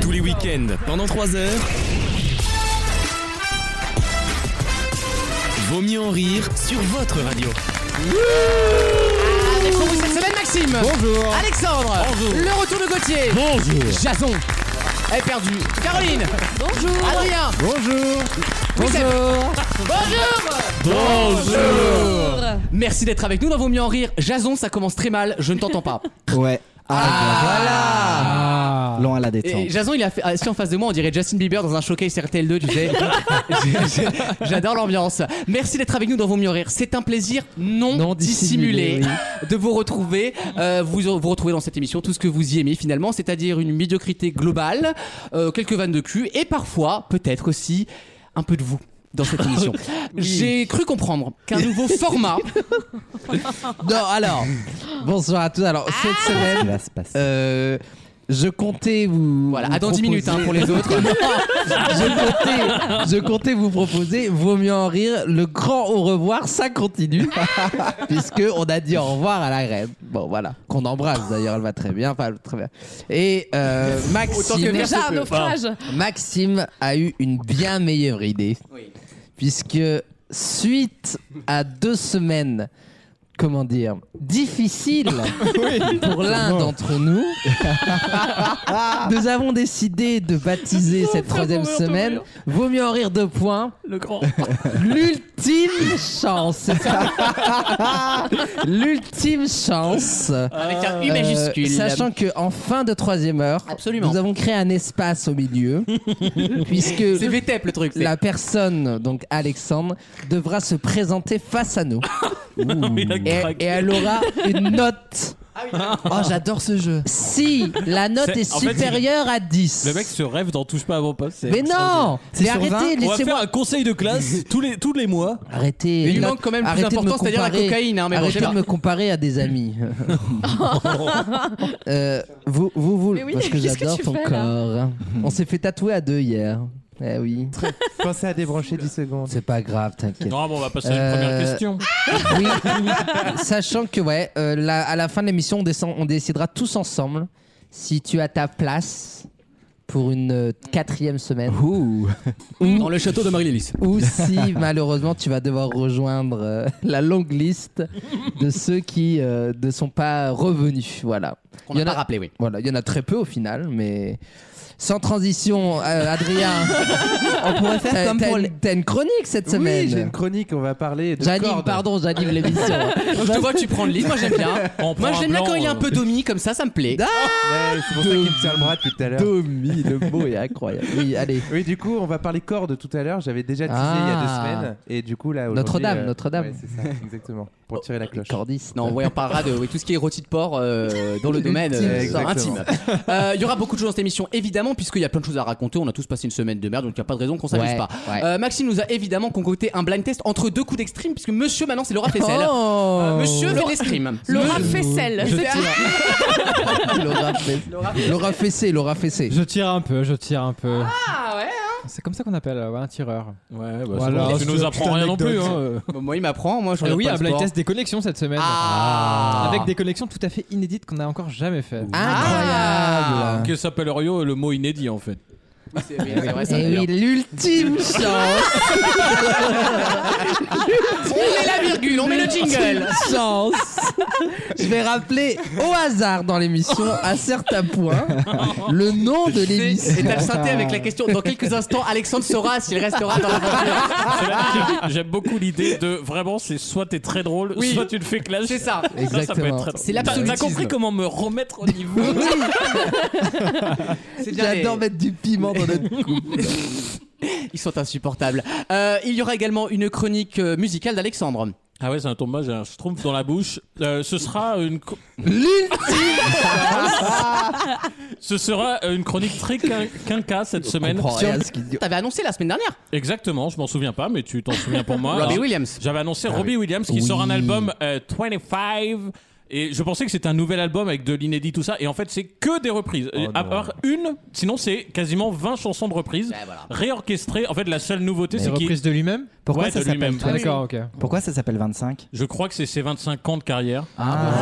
Tous les week-ends, pendant 3 heures. Vaut mieux en rire sur votre radio. Avec pour vous Ah, cette semaine, Maxime. Bonjour. Alexandre. Bonjour. Le retour de Gauthier. Bonjour. Jason. Est perdu. Caroline. Bonjour. Adrien. Bonjour. Bonjour. Bonjour. Bonjour. Merci d'être avec nous dans Vos mieux en rire. Jason, ça commence très mal. Je ne t'entends pas. Ouais. Ah, voilà. Long à la Et détente. Jason, il a fait, assis en face de moi, on dirait Justin Bieber dans un showcase RTL2, tu sais. J'ai- j'ai- J'adore l'ambiance. Merci d'être avec nous dans Vos Mieux Rires. C'est un plaisir non, Non dissimulé, dissimulé, de vous retrouver. Euh, vous vous retrouvez dans cette émission tout ce que vous y aimez finalement, c'est-à-dire une médiocrité globale, euh, quelques vannes de cul et parfois, peut-être aussi, un peu de vous. Dans cette émission, j'ai cru comprendre qu'un nouveau format. Non, alors, bonsoir à tous. Alors, cette Il semaine, va se passer. euh, je comptais vous. Voilà, vous à dans 10 minutes hein, proposer- pour les autres. je, comptais, je comptais vous proposer, vaut mieux en rire, le grand au revoir, ça continue. puisque on a dit au revoir à la reine. Bon, voilà. Qu'on embrasse d'ailleurs, elle va très bien. Enfin, elle va très bien. Et euh, Maxime. Déjà un naufrage. Maxime a eu une bien meilleure idée. Puisque suite à deux semaines, comment dire, difficiles pour l'un d'entre nous, nous avons décidé de baptiser cette troisième semaine Vaut mieux en rire deux points. Le grand. L'ultime chance. L'ultime chance. Avec un Euh, sachant que en fin de troisième heure, Absolument. nous avons créé un espace au milieu, puisque C'est VTEP le truc. c'est- la personne, donc Alexandre, devra se présenter face à nous. et, et elle aura une note. Oh, j'adore ce jeu. Si la note est, Ah C'est- en fait, supérieure à 10. Le mec se rêve d'en touche pas avant pas. Mais non C'est Mais sur 20? On arrêtez, va faire laissez-moi. un conseil de classe tous les, tous les mois. Arrêtez. Mais il Une lui note- manque quand même le plus arrêtez de me important, c'est-à-dire la comparer. cocaïne. Hein, mais bon, Arrêtez c'est de pas- me comparer à des amis. Euh, vous, vous, vous, Mais oui, parce que qu'est-ce que j'adore tu ton fais, là corps. On s'est fait tatouer à deux hier. Eh oui. Euh, Pensez à débrancher 10 secondes. C'est pas grave, t'inquiète. Non, mais on va passer Euh, Ah, Oui. Sachant que, ouais, euh, la- à la fin de l'émission, on, descend, on décidera tous ensemble si tu as ta place pour une euh, quatrième semaine Dans le château de Marie-Lélis. ou si, malheureusement, tu vas devoir rejoindre euh, la longue liste de ceux qui euh, ne sont pas revenus. Voilà. On Il n'a y en pas a- rappelé, oui. Voilà, il y en a très peu au final, mais sans transition, euh, Adrien, On pourrait t'as faire comme t'as pour une, les. t'as une chronique cette Oui, j'ai semaine. une chronique, on va parler de. J'anime, cordes. pardon, j'anime l'émission. Je te vois, tu prends le lit. Moi, j'aime bien. On Moi, prend j'aime bien blanc, quand il est un euh. peu domi, comme ça, ça me plaît. Ouais, c'est pour ça qu'il me tient le bras depuis tout à l'heure. Domi, le mot est incroyable. Oui, allez. Oui, du coup, on va parler cordes tout à l'heure. J'avais déjà teasé il y a Ah. deux semaines. Et du coup, là, aujourd'hui, euh, Notre-Dame, Notre-Dame. ouais, c'est ça, exactement. Pour tirer la cloche. Cordiste. Non, ouais, on parlera de oui, tout ce qui est rôti de porc euh, dans le domaine euh, Exactement. intime. Euh, Il y aura beaucoup de choses dans cette émission, évidemment, puisqu'il y a plein de choses à raconter. On a tous passé une semaine de merde, donc il n'y a pas de raison qu'on s'amuse Ouais, pas. ouais. Euh, Maxime nous a évidemment concocté un blind test entre deux coups d'extrême, puisque monsieur, maintenant, c'est Laura Fessel. Oh Euh, Monsieur fait l'escrime. Laura Monsieur- Fessel. Je C'est- Ah, tire. Laura Fessé. Laura Fessé, Laura Fessé. Je tire un peu, je tire un peu. Ah ouais C'est comme ça qu'on appelle euh, ouais, un tireur. Ouais, bah, Voilà, c'est bon, tu c'est nous apprends rien non plus. Hein. euh. Bah, Moi, il m'apprend. Moi, je Euh, regarde oui, pas un le blind sport. test des collections cette semaine. Ah Avec des collections tout à fait inédites qu'on a encore jamais fait. Incroyable. Que s'appelle Rio le mot inédit en fait. C'est Eh oui, c'est vrai, ça, Et oui, l'ultime chance. On met la virgule, on met le jingle. chance. Je vais rappeler au hasard dans l'émission, à certains points, le nom de l'émission. Et t'as le synthé avec la question. Dans quelques instants, Alexandre saura s'il restera dans l'aventure. C'est là que j'aime- J'aime beaucoup l'idée de vraiment, c'est soit t'es très drôle, Oui. soit tu le fais clash. C'est Ça, ça. ça peut être Exactement. très drôle. C'est T'as- T'as l'absolutisme. compris comment me remettre au niveau C'est bien J'adore les- mettre du piment dans notre Ils sont insupportables. Euh, il y aura également une chronique euh, musicale d'Alexandre. Ah ouais, c'est un tombage, j'ai un schtroumpf dans la bouche. Euh, ce sera une. co- Ce sera euh, une chronique très quin- quinca cette semaine. Oh, comprend rien à ce qu'il dit. T'avais annoncé la semaine dernière. Exactement, je m'en souviens pas, mais tu t'en souviens pour moi. Robbie Alors, Ah Williams. J'avais annoncé Robbie Williams qui Oui. sort un album euh, 25. Et je pensais que c'était un nouvel album avec de l'inédit, tout ça. Et en fait, c'est que des reprises. Oh Euh, à part une, sinon, c'est quasiment 20 chansons de reprises réorchestrées. En fait, la seule nouveauté, C'est c'est qu'il. reprise de lui-même Pourquoi Ouais, ça de s'appelle lui-même. Ah, toi D'accord, ok. Pourquoi ça s'appelle 25 Je crois que c'est ses 25 ans de carrière.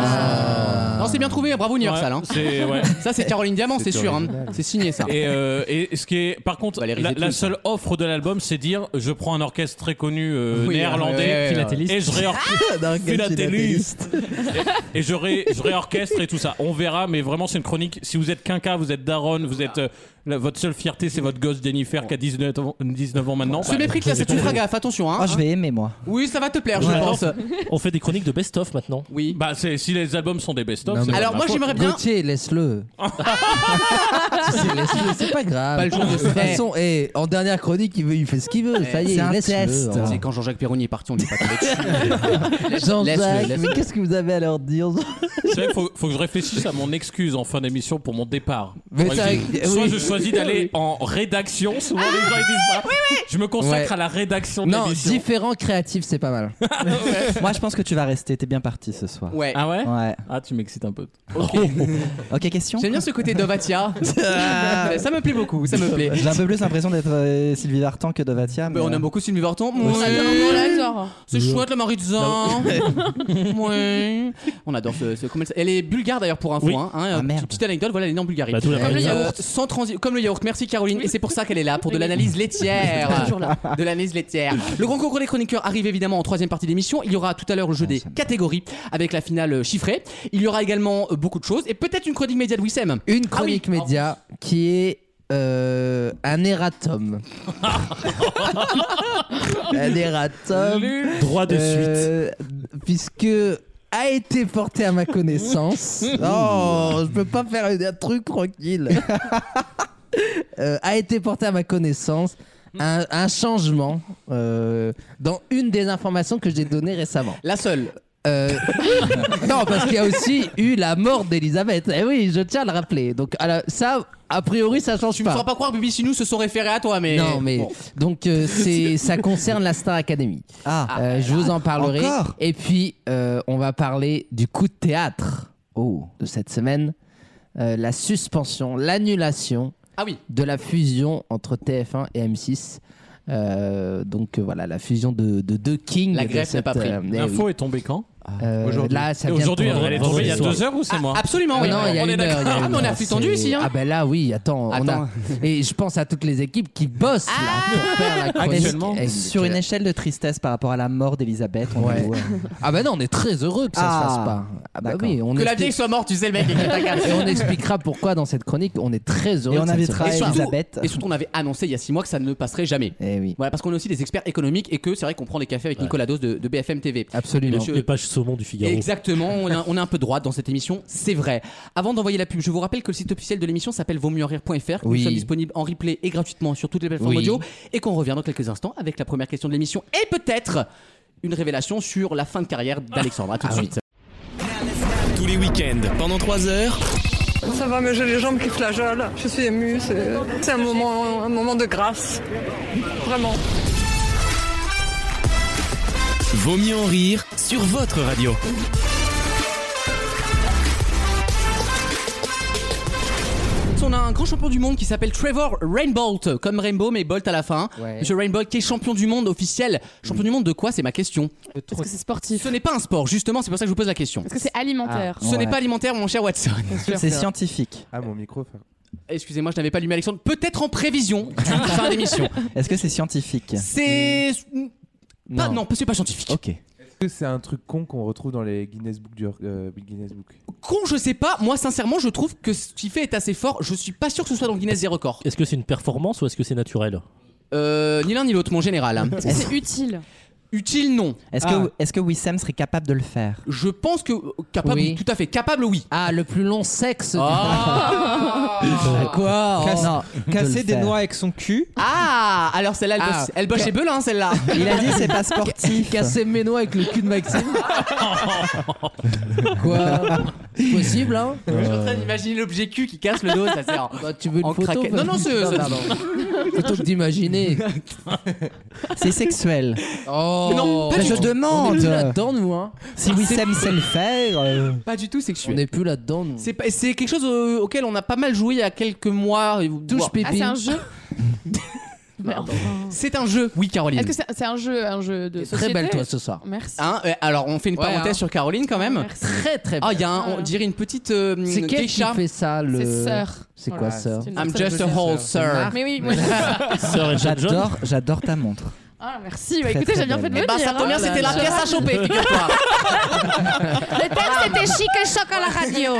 Ah. Non, c'est bien trouvé, bravo Universal. Ouais, hein. c'est- ouais. Ça, c'est Caroline Diamant, c'est sûr. hein. C'est signé ça. Et, euh, et ce qui est, par contre, Valérie la, Zetoun, la ça. seule offre de l'album, c'est dire je prends un orchestre très connu euh, Oui, ouais, ouais, néerlandais Philatéliste. et je réorchestre. Ah, Philatéliste. et je, ré- je réorchestre et tout ça. On verra, mais vraiment, c'est une chronique. Si vous êtes quinca, vous êtes daronne, vous êtes. euh, la- votre seule fierté, c'est votre gosse Jennifer qui a 19 ans, 19 ans maintenant. Ce Bah, mépris que là, c'est une frappe, gaffe, attention. Ah, Hein. Oh, je vais aimer moi. Oui, ça va te plaire, je Ouais. pense. On fait des chroniques de best-of maintenant. Oui. bah, c'est- si les albums sont des Non, best-of. mais- c'est Alors, pas moi, ma faute. j'aimerais Ah, bien. Ah. Gauthier, laisse-le. Si c'est laisse-le, c'est pas grave. Pas le jour de de toute fête. façon, eh, en dernière chronique, il, veut, il fait ce qu'il veut. Ça y est, C'est un laisse-le. test. hein. C'est quand Jean-Jacques Perroni est parti, on n'est pas tombé dessus. Laisse-le, Jean-Jacques, laisse-le. mais qu'est-ce que vous avez à leur dire C'est vrai, faut, faut que je réfléchisse à mon excuse en fin d'émission pour mon départ. Mais Soit, ça- je, soit oui. Ah, je choisis d'aller en rédaction, souvent les gens ils disent pas. Je me consacre Ouais. à la rédaction de Non, l'émission. différents créatifs, c'est pas mal. Moi, je pense que tu vas rester. T'es bien parti ce soir. Ouais. Ah ouais Ouais. Ah, tu m'excites un peu. Oh. Ok, question J'aime bien ce côté Dovatia. ça me plaît beaucoup, ça me plaît. J'ai un peu plus l'impression d'être euh, Sylvie Vartan que Dovatia. Mais, euh, Bah, on aime beaucoup Sylvie Vartan. On adore, on l'adore. C'est chouette la Maritza. Bah ouais. On adore ce, ce- comment elle s- Elle est bulgare d'ailleurs pour info. Oui. hein, hein. Ah, merde. Petite anecdote, voilà, elle est née en Bulgarie. Bah, d'où la Comme le Euh, yaourt. sans transi- comme le yaourt, merci Caroline. Et c'est pour ça qu'elle est là, pour de Oui. l'analyse laitière. Toujours là. de l'analyse laitière. Le grand concours des chroniqueurs arrive évidemment en troisième partie d'émission. Il y aura tout à l'heure le jeu Ah, des catégories avec la finale euh, chiffrée. Il y aura également euh, beaucoup de choses et peut-être une chronique média de Wissem. Une chronique Ah oui. média qui est euh, un erratum. un erratum. Droit de suite. Euh, puisque a été porté à ma connaissance. oh, je peux pas faire un, un truc tranquille. Euh, a été porté à ma connaissance un, un changement euh, dans une des informations que j'ai données récemment. La seule. Euh, non, parce qu'il y a aussi eu la mort d'Elisabeth. Eh oui, je tiens à le rappeler. Donc à la- ça, a priori, ça change Tu me pas. feras pas croire que Bibi Sinou se sont référés à toi, mais. Non, mais Bon. donc euh, c'est ça concerne la Star Academy. Ah, Euh, je vous en parlerai. Encore Et puis, euh, on va parler du coup de théâtre oh, de cette semaine. Euh, la suspension, l'annulation Ah oui. de la fusion entre TF1 et M6. Euh, donc euh, voilà, la fusion de, de deux kings. La de greffe n'a cette, pas pris. euh, eh L'info est tombée quand oui. Euh, Aujourd'hui. Là, ça Et vient de Aujourd'hui, tomber. elle est tombée il y a Vendredi deux heures ou c'est moi Absolument, Ah oui. non, il y a on est une heure, il y a d'accord. Ah, une mais on a heure, flux tendu c'est- ici. Hein. Ah ben là, oui, attends. on a- Attends. Ah Et je pense à toutes les équipes qui bossent là, pour faire la chronique. Actuellement. Eh, Sur une échelle de tristesse par rapport à la mort d'Elisabeth, on Ouais. est où, euh Ah bah non, on est très heureux que ça Ah. se fasse pas. Ah bah D'accord. oui, on Que la explique- vieille soit morte, tu sais, le mec. avec la carte. Et on expliquera pourquoi dans cette chronique on est très heureux. Et on que ça ne se invitera passe. Et surtout- Elisabeth. Et surtout, on avait annoncé il y a six mois que ça ne passerait jamais. Eh oui, Voilà, parce qu'on est aussi des experts économiques et que c'est vrai qu'on prend des cafés avec Nicolas Dos de, de BFM TV. absolument. Monsieur- Les pages saumon du Figaro. Exactement, on est, on est un peu droite dans cette émission, c'est vrai. Avant d'envoyer la pub, je vous rappelle que le site officiel de l'émission s'appelle vaut mieux en rire.fr, que Oui. nous sommes disponibles en replay et gratuitement sur toutes les plateformes Oui. audio, et qu'on revient dans quelques instants avec la première question de l'émission et peut-être une révélation sur la fin de carrière d'Alexandre. À Ah. tout de suite. Tous les week-ends, pendant 3 heures, Ça va, mais j'ai les jambes qui flageolent. Je suis émue. C'est c'est un moment, un moment de grâce. Vraiment. Vaut mieux en rire sur votre radio. On a un grand champion du monde qui s'appelle Trevor Rainbolt, comme Rainbow mais Bolt à la fin. Ouais. Monsieur Rainbolt qui est champion du monde officiel. Champion du monde de quoi C'est ma question. Est-ce que c'est sportif Ce n'est pas un sport, justement, c'est pour ça que je vous pose la question. Est-ce que c'est alimentaire Ce Ouais. n'est pas alimentaire, mon cher Watson. C'est euh, scientifique. Ah, Excusez-moi, je n'avais pas lu Alexandre. Peut-être en prévision du fin d'émission. Est-ce que c'est scientifique C'est. Mm. Pas, non, c'est pas scientifique. Ok. Est-ce que c'est un truc con qu'on retrouve dans les Guinness Book du euh, Guinness Book Con, je sais pas. Moi, sincèrement, je trouve que ce qu'il fait est assez fort. Je suis pas sûr que ce soit dans le Guinness des records. Est-ce que c'est une performance ou est-ce que c'est naturel Euh, ni l'un ni l'autre, mon général. hein. Est-ce que c'est utile Ah, Utile, non. Est-ce Ah. que, est que Wissem serait capable de le faire Je pense que. Capable, Oui. tout à fait. Capable, oui. Ah, le plus long sexe. Ah. quoi Oh, Casse- Non, de Casser le des faire. noix avec son cul. Ah Alors celle-là, elle, Ah. bosse, elle bosse chez Belin, celle-là. Il a dit c'est pas sportif. Casser mes noix avec le cul de Maxime Quoi C'est possible, hein Je suis en train d'imaginer l'objet cul qui casse le dos, ça sert. Bah, tu veux une En photo craquette. Non, non, c'est- Putain, c'est- pardon. Plutôt que d'imaginer. C'est sexuel. Oh, non, pas bah, du je tout. demande. On est plus là-dedans, nous. Hein. Si Wissem sait le faire. euh, Pas du tout On sexuel. n'est plus là-dedans, nous. C'est pas- c'est quelque chose au- auquel on a pas mal joué il y a quelques mois. Touche Voire- Ah, c'est pépine. un jeu Mais enfin. C'est un jeu, oui, Caroline. Est-ce que c'est c'est un jeu, un jeu de Très société belle, toi, ce soir. Merci. Hein, euh, alors, on fait une Ouais, parenthèse hein. sur Caroline quand même. Merci. Très, très Ah, belle. il y a un, on dirait une petite euh, C'est quel qui geisha. fait ça le... C'est sœur. C'est quoi, Voilà, sœur c'est une I'm sorte de just a jeu. whore, sir. Mais oui, moi Sœur et Jack John. J'adore, j'adore ta montre. Ah, merci. Bah, Très, écoutez, très j'ai bien fait de belle. me Eh ben, dire. ça tombe bien, hein. c'était la pièce à choper, figure-toi. Le thème, c'était chic et choc à la radio.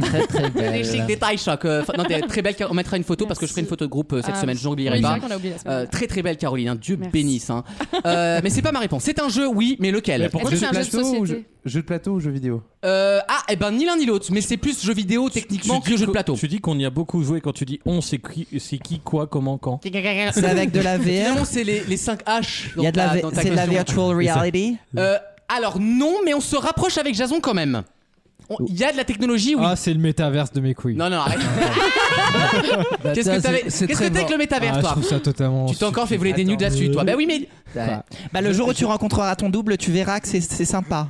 Très, très Des chics belle. détails, choc. Euh, fa- non, t'es très belle. Car- On mettra une photo parce que je ferai une photo de groupe euh, cette Ah, semaine, je n'oublierai Oui, c'est pas. vrai qu'on a oublié la semaine Euh, dernière. très très belle Caroline, hein. Dieu Merci. bénisse. hein. Euh, mais c'est pas ma réponse. C'est un jeu, oui, mais lequel Mais pourquoi Est-ce jeu que de c'est un jeu de plateau ou jeu, société jeu de plateau ou jeu vidéo Euh, Ah, et ben ni l'un ni l'autre, mais c'est plus jeu vidéo techniquement que jeu de plateau. Tu dis qu'on y a beaucoup joué quand tu dis on, c'est qui, c'est qui, quoi, comment, quand. C'est avec de la VR. Finalement, c'est les, les 5 H. Il y a de la, bah, V- c'est de la virtual reality. Euh, alors non, mais on se rapproche avec Jason quand même. On- Il y a de la technologie, oui. Ah, c'est le métaverse de mes couilles. Non, non, arrête. Bah, Qu'est-ce tiens, que t'avais- c'est- c'est qu'est-ce que très t'as avec bon. le métavers, Ah, je toi trouve ça totalement. Tu t'es encore fait voler des Attends. nudes là-dessus, toi. Bah oui, mais Ouais. Bah, le jour où tu rencontreras ton double, tu verras que c'est c'est sympa.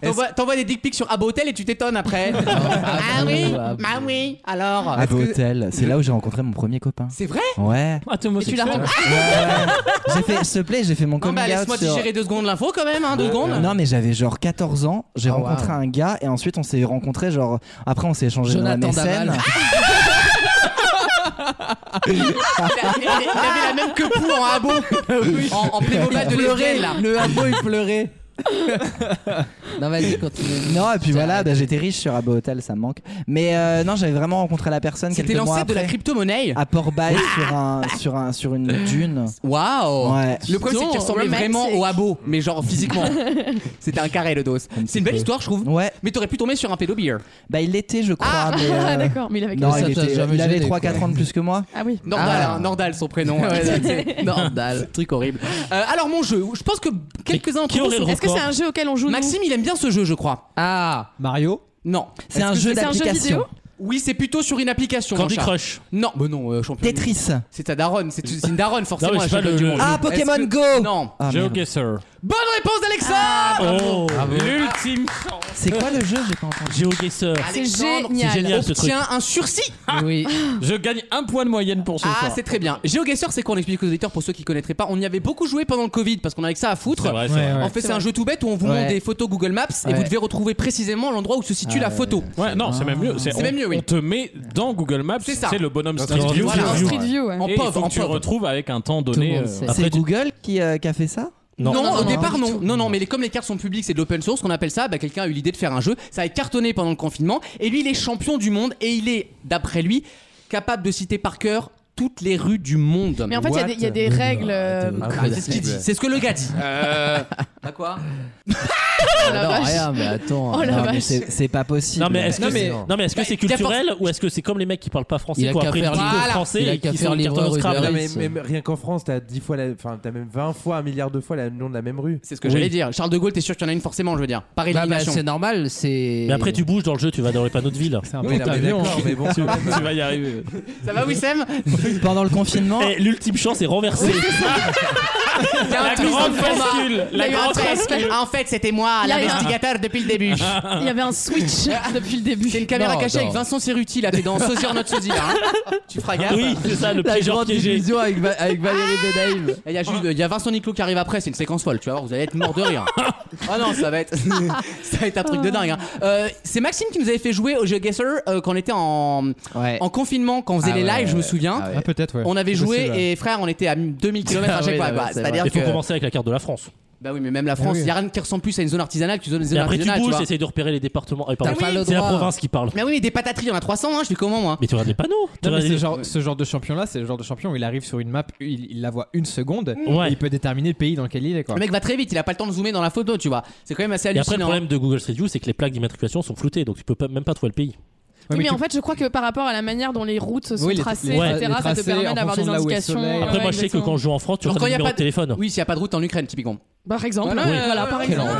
t'envoies t'envoies des dick pics sur Abba Hotel et tu t'étonnes après. ah, oui, bah oui, alors. Ah, À bah Hotel, c'est là où j'ai rencontré mon premier copain. C'est vrai Ouais. Ah, t'es Et tu l'as homosexuel. rencontré. J'ai fait, s'il te plaît, j'ai fait mon Non, coming bah out laisse-moi sur- digérer deux secondes l'info quand même, hein, deux secondes. Non, mais j'avais genre 14 ans, j'ai Oh, rencontré wow. un gars et ensuite on s'est rencontrés genre après on s'est échangé Jonathan dans la Daval. Ah, MSN. Il a- il a- il avait la même que Pou en abo, en, en playmobil de l'Eurel là. Le abo, il pleurait. non, vas-y, continue. Non, et puis voilà, bah, j'étais riche sur Abba Hotel, ça me manque. Mais euh, non, j'avais vraiment rencontré la personne C'était quelques mois l'ancêtre de après la crypto-monnaie. à Port-Bail sur un sur un sur une dune. Waouh Ouais. Le problème c'est qu'il Putain, ressemblait romantique. vraiment au abo, mais genre physiquement. C'était un carré le dos. C'est une belle histoire, je trouve. Ouais, Mais t'aurais pu tomber sur un pédobeer. bah il l'était je crois Ah, mais euh, d'accord. Mais il avait Non, Ça il, t'a était- jamais il avait gêné, 3-4 quoi. ans de plus que moi. Ah oui. Nordal, Ah. hein, Nordal son prénom. Ouais, c'est- Nordal, truc horrible. Euh, alors mon jeu, je pense que quelques-uns qui entre aurait nous. le Est-ce que record c'est un jeu auquel on joue nous Maxime, il aime bien ce jeu, je crois. Ah, Mario. Non. C'est un que jeu c'est un jeu d'application. vidéo Oui, c'est plutôt sur une application. Candy mon chat. Crush. Non, bah non, euh, champion. Tetris. C'est ta daronne, c'est c'est une daronne forcément. Non, mais c'est la pas championne le- du le monde. jeu. Ah, Est-ce Pokémon que- Go Non. Ah, merde. GeoGuessr. Bonne réponse d'Alexandre Ah. Oh, L'ultime chance. C'est quoi le jeu J'ai pas entendu. GeoGuessr. Ah, Alexandre génial. C'est génial ce truc. obtient un sursis. oui. Je gagne un point de moyenne pour ce Ah, soir. c'est très bien. GeoGuessr, c'est quoi On explique aux auditeurs pour ceux qui connaîtraient pas. On y avait beaucoup joué pendant le Covid parce qu'on avait que ça à foutre. C'est vrai, c'est Ouais, vrai. ouais. En fait, c'est un jeu tout bête où on vous Ouais. montre des photos Google Maps et vous Ouais. devez retrouver précisément l'endroit où se situe la photo. Ouais, non, c'est même mieux. C'est C'est on- même mieux, oui. On te met dans Google Maps, C'est ça. c'est le bonhomme Street Street View. View. Voilà. En Street View, ouais. En Et il pauvre, faut en que tu pauvre. retrouves avec un temps Tout donné. le monde euh, sait. Après, C'est tu- Google qui, euh, qui a fait ça Non, Non. au départ, non. Non, non, mais les- comme les cartes sont publiques, c'est de l'open source qu'on appelle ça. Bah, quelqu'un a eu l'idée de faire un jeu. Ça a cartonné pendant le confinement. Et lui, il est champion du monde. Et il est, d'après lui, capable de citer par cœur toutes les rues du monde. Mais en fait, il y a des- il y, a des règles. euh, Oh, Ah, Ah, ouais, c'est ce qu'il dit. C'est ce que le gars dit. Bah quoi oh la Ah, non, vache. rien, mais attends. Oh la non, Non, mais vache. c'est c'est pas possible. Non, mais est-ce que Non, c'est mais- non, mais est-ce que c'est Bah, il y a forc- culturel ou est-ce que c'est comme les mecs qui parlent pas Il français a qui ont qu'à appris le faire petit livreur. cours français Il a et qu'à qui faire sont cartons livreur au Uber Scrabble Non, Eats. mais c'est- même rien qu'en France, t'as dix fois la, enfin t'as même 20 fois un milliard de fois la- le nom de la même rue. C'est ce que j'allais dire. Charles de Gaulle, t'es sûr qu'il y en a une forcément, je veux dire. Par Bah, bah, élimination. c'est normal, c'est. Mais après, tu bouges dans le jeu, tu vas dans les panneaux de ville. C'est un Oui, non, peu mais avion. d'accord, mais bon, tu, tu vas y arriver. ça va, Wissem Pendant le confinement, Eh, L'ultime chance est renversée. Il y a un La twist dans le grande format. bascule. Il y a La eu un grande twist. bascule. En fait, c'était moi, Il y a eu un- l'investigateur depuis le début. Il y avait un switch depuis le début. C'est une caméra Non, cachée non. avec Vincent Cerruti là, t'es dans Sosie or Not Sosie là. hein. tu feras gaffe. Oui, c'est ça, le La piégeur grande piégé. division avec, Va- avec Valérie Benaïm. Il y a juste, il y a Vincent Niclot qui arrive après, c'est une séquence folle, tu vas voir, vous allez être mort de rire. oh non, ça va être, ça va être un truc de dingue. hein. Euh, c'est Maxime qui nous avait fait jouer au jeu Guesser euh, quand on était en, Ouais. en confinement, quand on faisait Ah les lives, ouais, je me ouais. souviens. Ah ouais. Ah, peut-être, ouais. On avait Je joué sais, ouais. et frère, on était à 2000 km à Ah chaque oui, fois. là, quoi. ouais, c'est C'est-à-dire Il faut que. commencer avec la carte de la France. Bah oui, mais même la France, il n'y a rien de qui ressemble plus à une zone artisanale qu'une zone Et zone après, tu artisanale. tu bouges, vois. t'essayes de repérer les départements. Eh, pardon, T'as pas le c'est la droit. province qui parle. Mais oui, mais des patateries, il y en a 300, hein, je fais comment moi Mais tu regardes les panneaux. tu Non, mais regardes ce les- genre, ce genre de champion-là, c'est le genre de champion où il arrive sur une map, il, il la voit une seconde, Ouais. et il peut déterminer le pays dans lequel il est. Quoi. Le mec va très vite, il a pas le temps de zoomer dans la photo, tu vois. C'est quand même assez Et après, le hallucinant. hein. problème de Google Street View, c'est que les plaques d'immatriculation sont floutées, donc tu peux pas- même pas trouver le pays. Oui, mais, en fait, je crois que par rapport à la manière dont les routes sont Oui, les- tracées, les- etc., les ça te tracés permet en d'avoir des fonction de là où est le indications. euh, soleil. Après, Ouais, moi, je sais que exactement. quand je joue en France, tu Genre, prends quand le il y a numéro pas de téléphone. Oui, s'il n'y a pas de route en Ukraine, typiquement. Par exemple, Voilà, ouais, voilà, par exemple.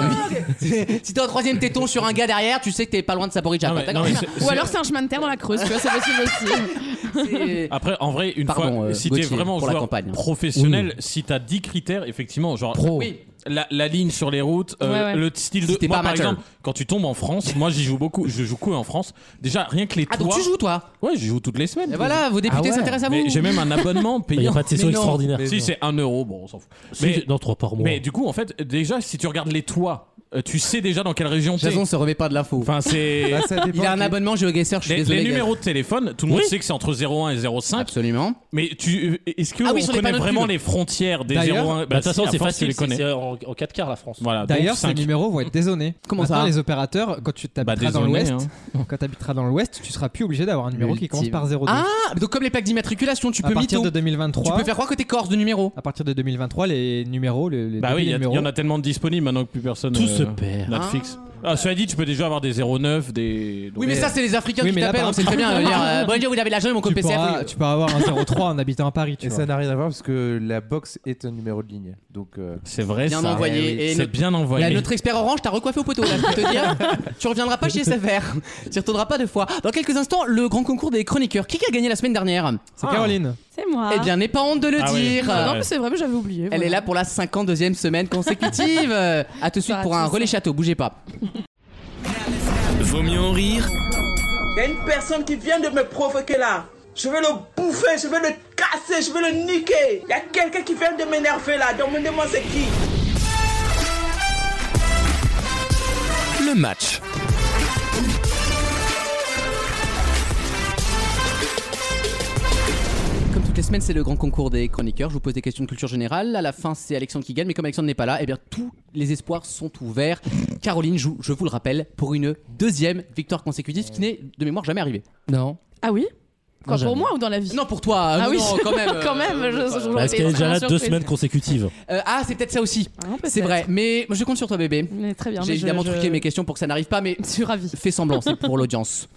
si t'es en troisième téton sur un gars derrière, tu sais que t'es pas loin de Saporidja. quoi, d'accord Ou alors c'est un chemin de terre dans la Creuse, tu vois, c'est possible aussi. Ah, Après, en vrai, une Pardon, fois, euh, si t'es Gauthier, vraiment pour la joueur campagne. professionnel, si t'as 10 critères, effectivement, genre Oui. La, la ligne sur les routes, euh, Ouais, ouais. le style Si de. t'es moi, pas par amateur. exemple, quand tu tombes en France, moi j'y joue beaucoup, je joue que en France. Déjà, rien que les Ah, toits. donc tu joues, Eh ben, toi Ouais, je joue toutes les semaines. Et voilà, vos députés Ah ouais. s'intéressent à Mais vous. J'ai même un abonnement payant. Il y a pas de session Mais non. extraordinaire. Si, c'est 1 euro, bon, on s'en fout. Si, dans 3 par mois. Mais du coup, en fait, déjà, si tu regardes les toits, euh, tu sais déjà dans quelle région t'es. Jason se remet pas de l'info. Enfin, c'est. Bah, Il a un abonnement GeoGuessr, je suis Les, désolé. les gars. numéros de téléphone, tout le monde Oui. sait que c'est entre 01 et 05. Absolument. Mais tu, est-ce que Ah oui, on sur les connaît panneaux de vraiment pub. les frontières des D'ailleurs, 01 bah, de toute façon, si, à c'est force, facile, tu les connais. c'est en, en 4 la France. Voilà. D'ailleurs, donc ces Ah cinq. Bah, numéros vont être dézonnés. Comment Maintenant, ça les opérateurs, quand tu t'habiteras dans dézonnés, l'Ouest, hein. quand t'habiteras dans l'Ouest, tu seras plus obligé d'avoir un numéro qui commence par 02. Ah, donc comme les plaques d'immatriculation, tu à peux partir mytho. de 2023. Tu peux faire croire que t'es corse de numéro. À partir de 2023, les numéros, les, les Bah oui, les il y, a- numéros. il y en a tellement de disponibles maintenant que plus personne. euh, Tout se Hein perd. Bah, Netflix. Ah, cela dit, tu peux déjà avoir des 09, des. Oui, mais, ça, c'est les Africains Oui, qui mais là, t'appellent, par on sait très exemple- bien. euh, dire, euh, Bonjour, vous avez l'argent, mon code tu, PCF. pourras, oui. tu peux avoir un 03 en habitant à Paris, tu Et vois. ça n'a rien à voir parce que la box est un numéro de ligne. Donc euh, C'est vrai, Bien ça. envoyé. Eh oui. Et C'est notre- bien envoyé. Là, notre expert orange t'a recoiffé au poteau. Là, je peux te dire, tu reviendras pas chez SFR. Tu y retourneras pas deux fois. Dans quelques instants, le grand concours des chroniqueurs. Qui a gagné la semaine dernière C'est Caroline. C'est moi. Eh bien, n'aie pas honte de le Ah oui. dire. Ah Non, mais c'est vrai, mais j'avais oublié. Euh, Elle voilà. est là pour la 52e semaine consécutive. Euh, à tout de suite Ça, pour un Ah, tout relais château. Bougez pas. Vaut mieux en rire Il y a une personne qui vient de me provoquer là. Je vais le bouffer, je vais le casser, je vais le niquer. Il y a quelqu'un qui vient de m'énerver là. Demandez-moi c'est qui. le match. Comme toutes les semaines, c'est le grand concours des chroniqueurs. Je vous pose des questions de culture générale. À la fin, c'est Alexandre qui gagne. Mais comme Alexandre n'est pas là, eh bien, tous les espoirs sont ouverts. Caroline joue, je vous le rappelle, pour une deuxième victoire consécutive, ce qui n'est de mémoire jamais arrivée. Non. Ah oui Non, Quoi, jamais. Pour moi ou dans la vie Non, pour toi. euh, Ah oui, non, quand même. euh, quand même, je- euh, je- Parce j'aurais qu'elle est été déjà là très deux surprise. semaines consécutives. euh, ah, c'est peut-être ça aussi. peut-être. c'est vrai. Mais je compte sur toi, bébé. Mais très bien. J'ai mais je- évidemment je- truqué mes questions pour que ça n'arrive pas, mais fais semblant, c'est pour l'audience.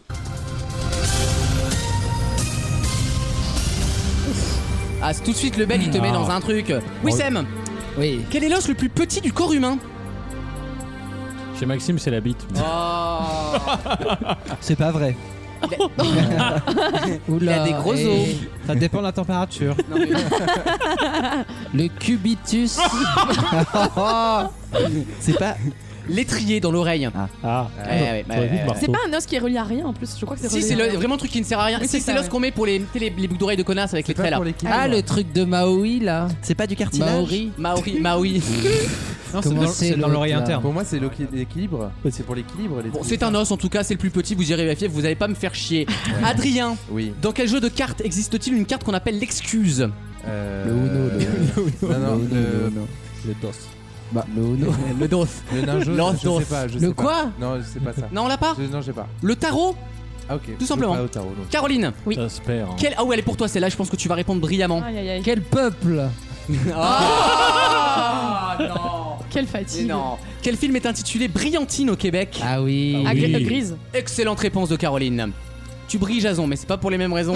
Ah, c'est tout de suite le bel, il te met Ah. dans un truc. Oui, Sam Oui. Quel est l'os le plus petit du corps humain Chez Maxime, c'est la bite. Ah. Ah, C'est pas vrai. Il a des gros eh. os. Ça dépend de la température. Le cubitus. C'est pas l'étrier dans l'oreille. Ah. Ouais, ouais, ouais, ouais, ouais. C'est pas un os qui est relié à rien en plus, je crois que c'est Si, c'est le- vraiment le truc qui ne sert à rien. Oui, Si, c'est c'est ça, l'os ouais. qu'on met pour les, tu sais, les, les boucles d'oreilles de connasse avec les traits là. Ah, le truc de Maui là. C'est pas du cartilage Maori. Maori, Maui. Non, Comment c'est l'autre, là Pour moi, c'est l'oc- l'équilibre. C'est pour l'équilibre. les Bon, trucs. c'est un os en tout cas, c'est le plus petit, vous irez vérifier, vous allez pas me faire chier. Adrien, Oui. dans quel jeu de cartes existe-t-il une carte qu'on appelle l'excuse Euh, Le Uno, le- le- Non, non, le Uno, le le. Uno. Le dos. Bah, le Uno. Le dos. Le ninjo, L'os je dos. sais pas. je Le sais pas. quoi Non, je sais pas ça. Non, on l'a pas Je- Non, j'ai pas. Le tarot Ah, ok. Tout simplement. Pas au tarot, non. Caroline, oui. Ça se perd. hein. Quel... Ah ouais, elle est pour toi celle-là, je pense que tu vas répondre brillamment. Aïe, aïe, aïe. Quel peuple Ah non Quelle Mais fatigue. non Quel film est intitulé Brillantine au Québec Ah oui. Ah, gri- Oui. grise. Excellente réponse de Caroline. Tu brilles Jason, mais c'est pas pour les mêmes raisons.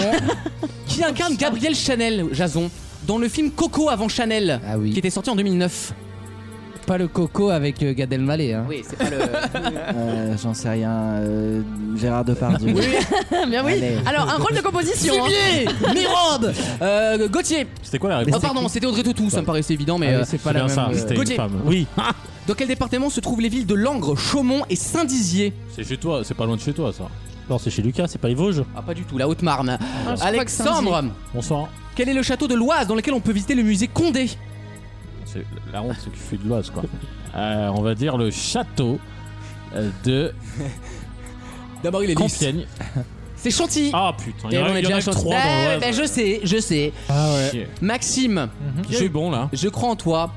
Qui incarne Gabriel Chanel, Jason, dans le film Coco avant Chanel, Ah oui. qui était sorti en 2009 Pas le coco avec euh, Gad Elmaleh. Hein. Oui, c'est pas le. Euh, J'en sais rien. euh, Gérard Depardieu. bien oui. Allez. Alors, un rôle de composition. hein. Vivier Mirande Euh, Gauthier C'était quoi la Oh réponse pardon, c'était Audrey Tautou, ça me paraissait évident, mais. Ah oui, euh, c'est pas C'est la bien même. ça, euh, c'était une Gauthier. femme. Oui. Dans quel département se trouvent les villes de Langres, Chaumont et Saint-Dizier C'est chez toi, c'est pas loin de chez toi, ça. Non, c'est chez Lucas, c'est pas les Vosges. Ah, pas du tout, la Haute-Marne. Ah, crois que Alexandre, Bonsoir. quel est le château de l'Oise dans lequel on peut visiter le musée Condé C'est- La honte, c'est que tu fais de l'os, quoi. Euh, on va dire le château euh, de D'abord, il est lisse. Compiègne. C'est Chantilly. Ah putain, il y Eh, en on a, est il y en déjà a à que Chantilly. trois dans Ah, l'Oise. bah, je sais, je sais. Ah ouais. Chier. Maxime, Je suis bon là. je crois en toi.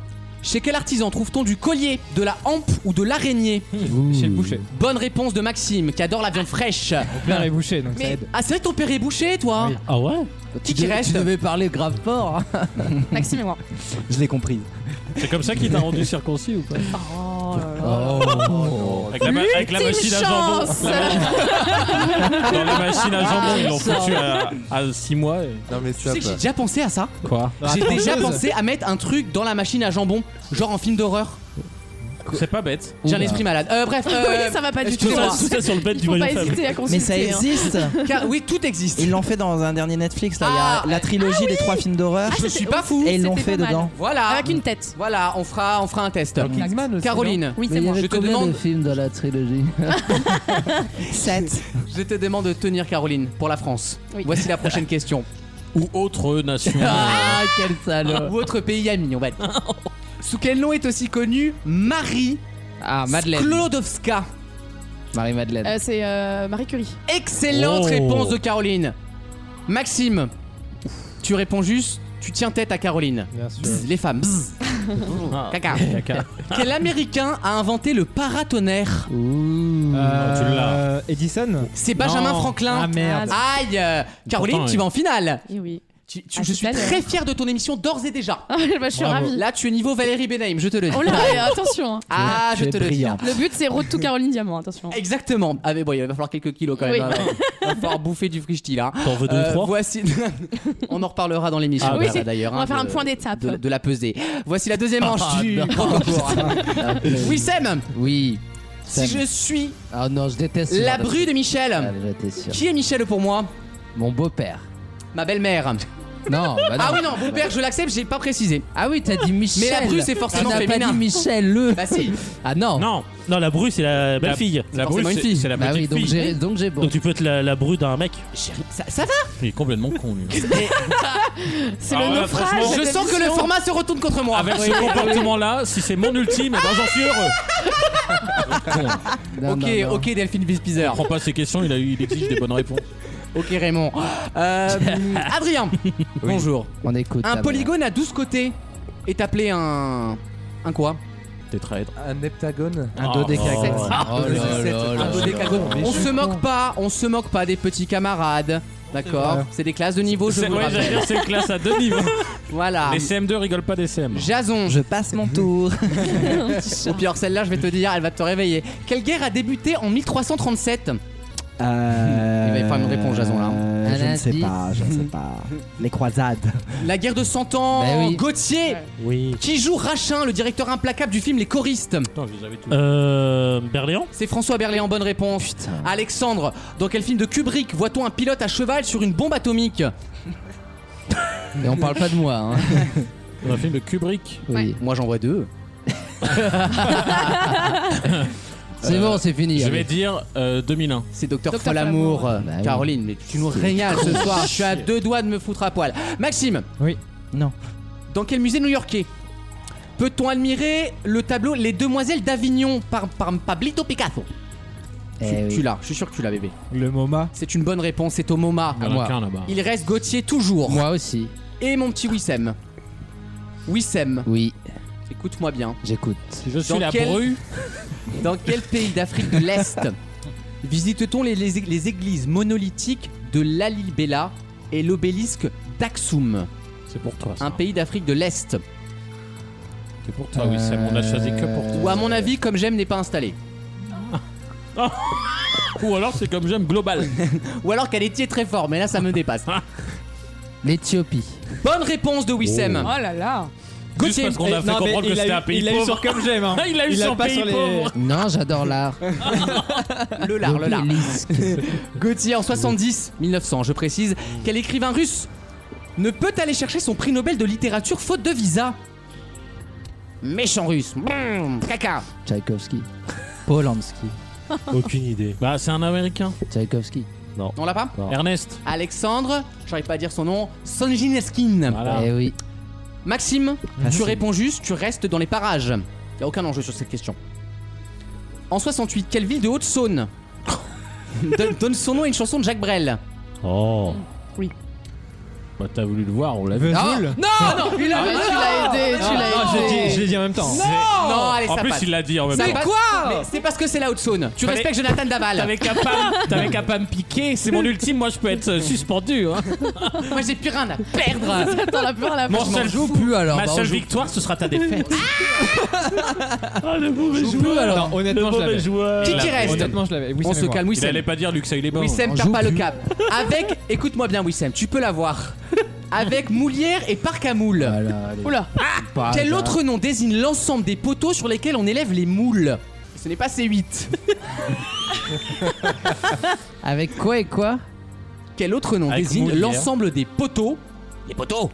Chez quel artisan trouve-t-on du collier, de la hampe ou de l'araignée Chez le boucher. Bonne réponse de Maxime, qui adore la viande fraîche. Père est boucher, donc ça Mais... aide. Ah, c'est vrai que ton père est bouché, toi Ah ouais Qui Tu qui de- reste Tu devais parler grave fort. hein. Maxime et moi. Je l'ai compris. C'est comme ça qu'il t'a rendu circoncis ou pas Oh. Oh, Avec la, ma- avec la machine à jambon. La- Dans la machine à jambon, ils l'ont foutu à, à 6 mois. Non, mais Tu sais que j'ai déjà pensé à ça. Quoi J'ai déjà pensé à mettre un truc dans la machine à jambon, genre en film d'horreur. C'est pas bête. J'ai un esprit malade. Euh, bref, euh, Ah Oui, ça va pas du tout. hein. excusez-moi. Tout ça sur le bête du Moyen Faible. hésiter à Mais ça consulter, hein. existe Car- Oui, tout existe. Ils l'ont fait dans un dernier Netflix, là. Il Ah. y a la trilogie des trois films Ah, d'horreur. je suis pas fou. Et ils l'ont C'était fait pas mal. dedans. Voilà. Avec une tête. Voilà, on fera, on fera un test. Caroline, Mais il y avait je te combien demande, de films dans la trilogie 7. Je te demande de tenir Caroline pour la France. Voici la prochaine question. Ou autre nation. Ah, quel salaud. Ou autre pays ami, on va dire. Sous quel nom est aussi connue Marie Ah, Madeleine. Sklodowska Marie-Madeleine. Euh, c'est euh, Marie Curie. Excellente Oh. réponse de Caroline. Maxime, tu réponds juste, tu tiens tête à Caroline. Bzz, les femmes. bzz. Ah. Caca. Quel américain a inventé le paratonnerre Euh, Edison C'est Benjamin Non. Franklin. Ah merde. Aïe euh, Caroline, Pourtant, tu vas oui. en finale. oui. Tu- Ah, tu- je suis très fier de ton émission d'ores et déjà. bah, je suis Bravo. ravie. Là, tu es niveau Valérie Benaim, je te le dis. Ah. Oh là, et attention. hein. Ah, je te le dis. Le but, c'est Road to Caroline Diamant, attention. Exactement. Ah mais bon, il va falloir quelques kilos quand Oui. même. hein, ouais. Il va falloir bouffer du frishti là. T'en veux deux ou trois Euh, Voici. On en reparlera dans l'émission. Ah, oui, voilà, c'est- d'ailleurs. hein, on va faire un de- point d'étape. De, de la pesée. Voici la deuxième manche Ah, du non. concours. Ah, oui Sam. Oui. Si je suis Ah non, je déteste. ce la genre bru de Ah, Michel. j'étais sûr. Qui est Michel pour moi Mon beau-père. Ma belle-mère. Non, bah Ah oui non, mon père, je l'accepte, j'ai pas précisé. Ah oui, t'as dit Michel. Mais la bru c'est forcément On n'a féminin. pas dit Michel le. Bah si. Ah non. Non, non, la bru, c'est la belle fille. La brue, forcément une c'est fille. c'est la Bah petite oui, donc fille. j'ai donc j'ai bon. Donc tu peux être la, la bru d'un mec. Ça, ça va Il est complètement con, lui. C'est Ah le ouais, naufrage. franchement, cette Je sens que le émission. format se retourne contre moi. Ah, Avec ce comportement-là, si c'est mon ultime, eh ben, j'en suis heureux. ok, ok Delphine Il Bispizer. prend pas ses questions, il, a, il exige des bonnes réponses. Ok Raymond. Euh, Adrien, bonjour. On écoute. Un ta polygone à 12 côtés est appelé un. Un quoi T'es traître. Un heptagone Un Oh, dodécagone. Un Oh là là là dodécagone. là là. On se moque pas, on se moque pas des petits camarades. D'accord C'est des classes de niveau, je C'est Ah. vous le ouais, Oh, j'allais rappelle. dire, c'est une classe à deux niveaux. Voilà. Les CM2 rigolent pas des hein. CM. Jason. Je passe mon tour. Ou pire, celle-là, je vais te dire, elle va te réveiller. Quelle guerre a débuté en 1337 Euh, Il va falloir me répondre, Jason, là. euh, Un je ne sais indice. pas, je ne sais pas. Les croisades. La guerre de 100 ans. Bah Ben oui. Gauthier. Oui. Qui joue Rachin, le directeur implacable du film Les Choristes Euh. Berléand C'est François Berléand, bonne réponse. Alexandre, dans quel film de Kubrick voit-on un pilote à cheval sur une bombe atomique mère. Et on parle pas de moi. Hein. Dans un film de Kubrick. Oui. Moi j'en vois deux. C'est bon, c'est fini. Je allez. vais dire euh, 2001. C'est Docteur Dr. Folamour. Folamour. Bah oui. Caroline, mais tu nous C'est régales ce soir. Je suis à deux doigts de me foutre à poil. Maxime, Oui. Non. dans quel musée new-yorkais Peut-on admirer le tableau Les Demoiselles d'Avignon par, par Pablito Picasso tu, Eh oui. tu l'as, je suis sûr que tu l'as bébé. Le MoMA. C'est une bonne réponse, c'est au MoMA. Il y en a moi. qu'un là-bas. Il reste Gauthier toujours. Moi aussi. Et mon petit Wissem. Wissem, Oui, écoute-moi bien. j'écoute. Je suis Dans la quel- bru. Dans quel pays d'Afrique de l'Est visite-t-on les, les- les églises monolithiques de Lalibela et l'obélisque d'Aksum C'est pour toi. ça. Un pays d'Afrique de l'Est, C'est pour toi, Ah oui, Sam. On a choisi que pour toi. où à mon avis, comme j'aime, n'est pas installé. Ou alors c'est comme j'aime global. Ou alors qu'elle est très fort, mais là ça me dépasse. L'Éthiopie. Bonne réponse de Wissem. Oh là là. Juste Gauthier. parce qu'on a fait Eh, Non, mais comprendre que il a c'était eu- un pays Il a eu sur pauvre. Comme J'aime. hein. Il a eu sur pas pays pauvre. Non, j'adore l'art. Le lard, le lard. L'obélisque. Gauthier en 70, 1900, je précise, quel écrivain russe ne peut aller chercher son prix Nobel de littérature faute de visa Méchant russe. Brrr, caca. Tchaïkovski. Polanski. Aucune idée. Bah, c'est un américain. Tchaïkovski. On l'a pas Non. Ernest. Alexandre, j'arrive pas à dire son nom, Sonjineskin. Voilà. Eh oui. Maxime, tu Maxime. réponds juste, tu restes dans les parages. Y a aucun enjeu sur cette question. En 68, quelle ville de Haute-Saône donne, donne son nom à une chanson de Jacques Brel Oh. Oh. Bah, t'as voulu le voir, on l'a vu. Vesoul Ah non, il a- Ah, non, tu l'as aidé, tu non, l'as non, aidé. je l'ai dit- Je l'ai dit en même temps. Non, C'est- non allez, En ça plus, passe. il l'a dit en même Ça temps. passe. Quoi Mais C'est parce que c'est la haute zone. Tu Fallait- respectes Jonathan Daval. T'avais qu'à pas, t'avais qu'à pas me piquer, c'est mon ultime, moi je peux être euh, suspendu. Hein. Moi j'ai plus rien à perdre. Attends, la peur, la Mon peur. seul- je m'en joue plus alors. Ma bah, on seule joue- victoire, ce sera ta défaite. Ah, le mauvais joue joueur. plus, alors. Non, le honnêtement, je mauvais l'avais. joueur. Qui qui reste Honnêtement, je l'avais. On Wissem se et moi. calme, Il Wissem. allait pas dire Luxa, il est bon. Wissem, perds pas le cap. Avec, écoute-moi bien, Wissem, tu peux l'avoir. Avec Moulière et Parc à Moules. Oula. Ah, Quel autre nom désigne l'ensemble des poteaux sur lesquels on élève les moules Ce n'est pas C8. Avec quoi et quoi Quel autre nom Avec désigne Moulière. l'ensemble des poteaux Les poteaux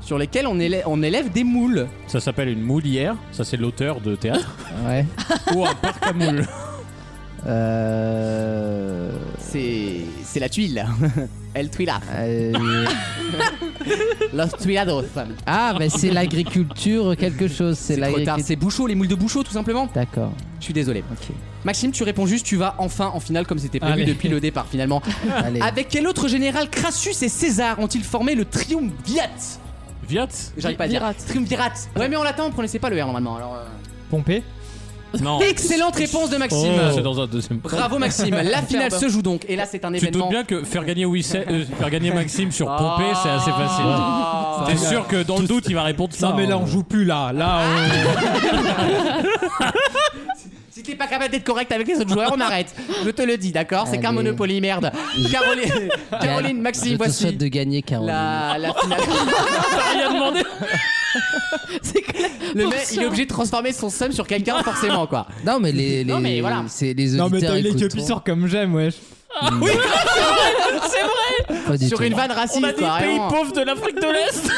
Sur lesquels on élève, on élève des moules. Hein. Ça s'appelle une moulière, ça c'est l'auteur de théâtre. Ouais. Ou un parc à moules. Euh. C'est c'est la tuile. Elle tuila. euh, Los tuilados. Ah, mais c'est l'agriculture quelque chose. C'est C'est trop tard, l'agriculture. c'est bouchot, les moules de bouchot tout simplement. D'accord. Je suis désolé. Ok. Maxime, tu réponds juste, tu vas enfin en finale comme c'était prévu Allez. depuis le départ finalement. Allez. Avec quel autre général Crassus et César ont-ils formé le triumvirat Viat J'arrive pas à dire. Virat. Triumvirat. Ouais, mais en latin, on prononçait pas le R normalement. Alors, euh, Pompée Oh. Non. Excellente réponse de Maxime. Ah, C'est dans un deuxième. Bravo Maxime. La finale Superbe. se joue donc. Et là, c'est un Tu te doutes événement. bien que faire gagner, Wissem- euh, faire gagner Maxime sur Pompée, c'est assez facile. Ah. T'es sûr que dans le doute, il va répondre ça. Non, mais là, hein. on joue plus là. Là, Si t'es pas capable d'être correct avec les autres joueurs, on arrête. Je te le dis, d'accord C'est qu'un Allez. Monopoly, merde. Caroline, Caroline Ah, Je Maxime, te voici souhaite de gagner, Caroline. la, la finale. C'est clair. Le Pour mec, il sûr. est obligé de transformer son somme sur quelqu'un, forcément, quoi. Non, mais les. les Non, mais voilà. C'est les on- Non, mais auditeurs attends, il est que écouteront. pisseur comme j'aime, wesh. Pas du Sur tout. une vanne raciste, On a des quoi, pays vraiment. pauvres de l'Afrique de l'Est.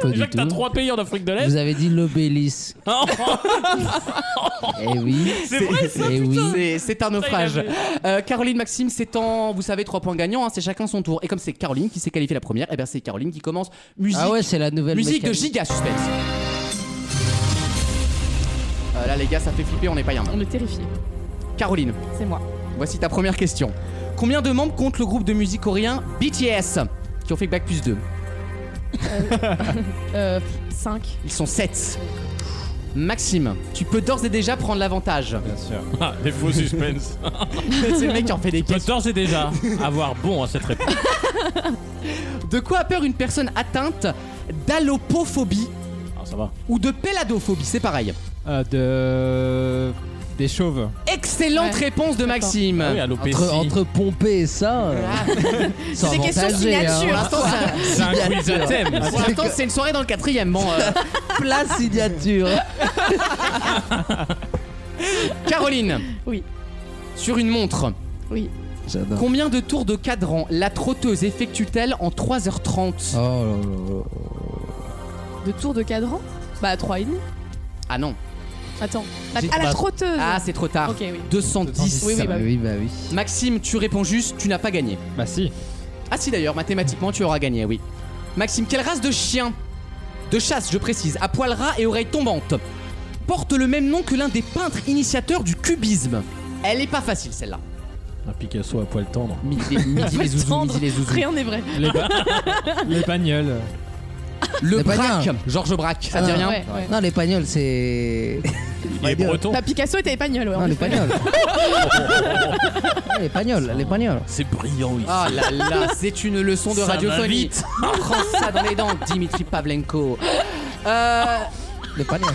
Pas du Déjà que t'as tout. trois pays en Afrique de l'Est. Vous avez dit l'obélisque. Oh, Eh oui. C'est vrai ça Eh oui. C'est- C'est un naufrage. avait- Euh, Caroline Maxime, c'est en, vous savez, trois points gagnants, hein, c'est chacun son tour. Et comme c'est Caroline qui s'est qualifiée la première, et bien c'est Caroline qui commence. Musique, Ah ouais, c'est la nouvelle musique de mécanique. giga suspense. Euh, là les gars, ça fait flipper, on n'est pas rien. On est terrifiés. Caroline, C'est moi. voici ta première question. Combien de membres compte le groupe de musique coréen BTS qui ont fait Bac plus 2 Euh, 5. Ils sont 7. Maxime, tu peux d'ores et déjà prendre l'avantage. Bien sûr. Ah, des faux suspense. c'est le mec qui en fait des Peut questions. d'ores et déjà avoir bon à cette réponse. De quoi a peur une personne atteinte d'allopophobie Ah, ça va. ou de péladophobie, c'est pareil. Euh, de. Des chauves. Excellente Ouais. réponse de Maxime. Ah, Ah oui, alopécie. Entre, entre Pompée et ça. euh, sans C'est des questions avantager, hein. Pour signatures. l'instant, c'est- C'est un quiz à thème. pour l'instant, c'est une soirée dans le quatrième. Bon, euh, La signature. Caroline. Oui. Sur une montre, Oui. J'adore. combien de tours de cadran la trotteuse effectue-t-elle en 3h30 Ah. Oh là là. De tour de cadran Bah, 3 et demi. Ah non. Attends. La- J'ai- Ah, bah- la trotteuse Ah, c'est trop tard. Ok, oui. 210. Oui, oui, bah oui. Oui, bah oui. Maxime, tu réponds juste, tu n'as pas gagné. Bah, si. Ah si d'ailleurs, mathématiquement, tu auras gagné, oui. Maxime, quelle race de chien De chasse, je précise, à poil ras et oreilles tombantes porte le même nom que l'un des peintres initiateurs du cubisme. Elle est pas facile celle-là. Un Picasso à poil tendre. Midi, midi les zouzous, Tendre. midi les zouzous. Rien n'est vrai. Les bagnoles. Le C'est pas Braque, bien. Georges Braque, ça Ah, dit non, rien Ouais, ouais. Non, l'espagnol, c'est. Il est breton. Bah, Picasso était espagnol, ouais. en Non, effet. l'espagnol. Ah, l'espagnol, l'espagnol. C'est brillant ici. Ah là là, c'est une leçon de Ça radio va radiophonie. vite. On prend ça dans les dents, Dimitri Pavlenko. Euh, L'espagnol.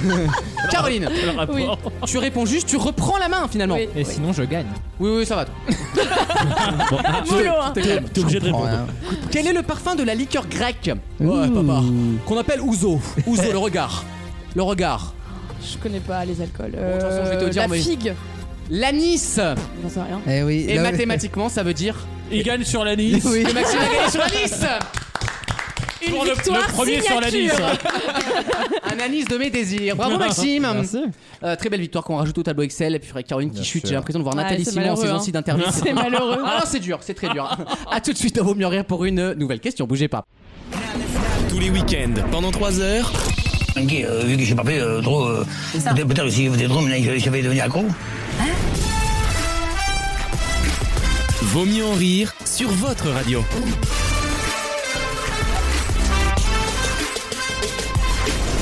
Caroline, Le rapport. Oui. tu réponds juste, tu reprends la main finalement. Oui. Oui, Et sinon, je gagne. oui, ça va. Mollo, hein. T'es obligé de Prends répondre. rien. Quel est le parfum de la liqueur grecque Ouais, papa. Qu'on appelle ouzo. Ouzo, le regard. Le regard. Je connais pas les alcools. de toute façon, je vais te Euh, dire, La mais- figue. L'anis. J'en sais rien. Eh oui. Et là- mathématiquement, ça veut dire Il gagne sur la Nice. Oui. que Maxime a gagné sur l'anis. Une Pour le, victoire le premier sur la Nice. signature. Un anis de mes désirs. Bravo Maxime. Merci. Euh, très belle victoire qu'on rajoute au tableau Excel. Et puis Frédéric Caroline qui Bien chute. sûr. J'ai l'impression de voir Ouais, Nathalie c'est Simon en malheureux, saison hein. 6 d'interdit. C'est malheureux. Ah non, c'est dur, c'est très dur. A tout de suite, on vaut mieux rire pour une nouvelle question. Bougez pas. Tous les week-ends, pendant 3 heures. euh, vu que j'ai pas fait trop. Peut-être si je faisais trop, mais je vais devenir accro. Vaut mieux en rire sur votre radio.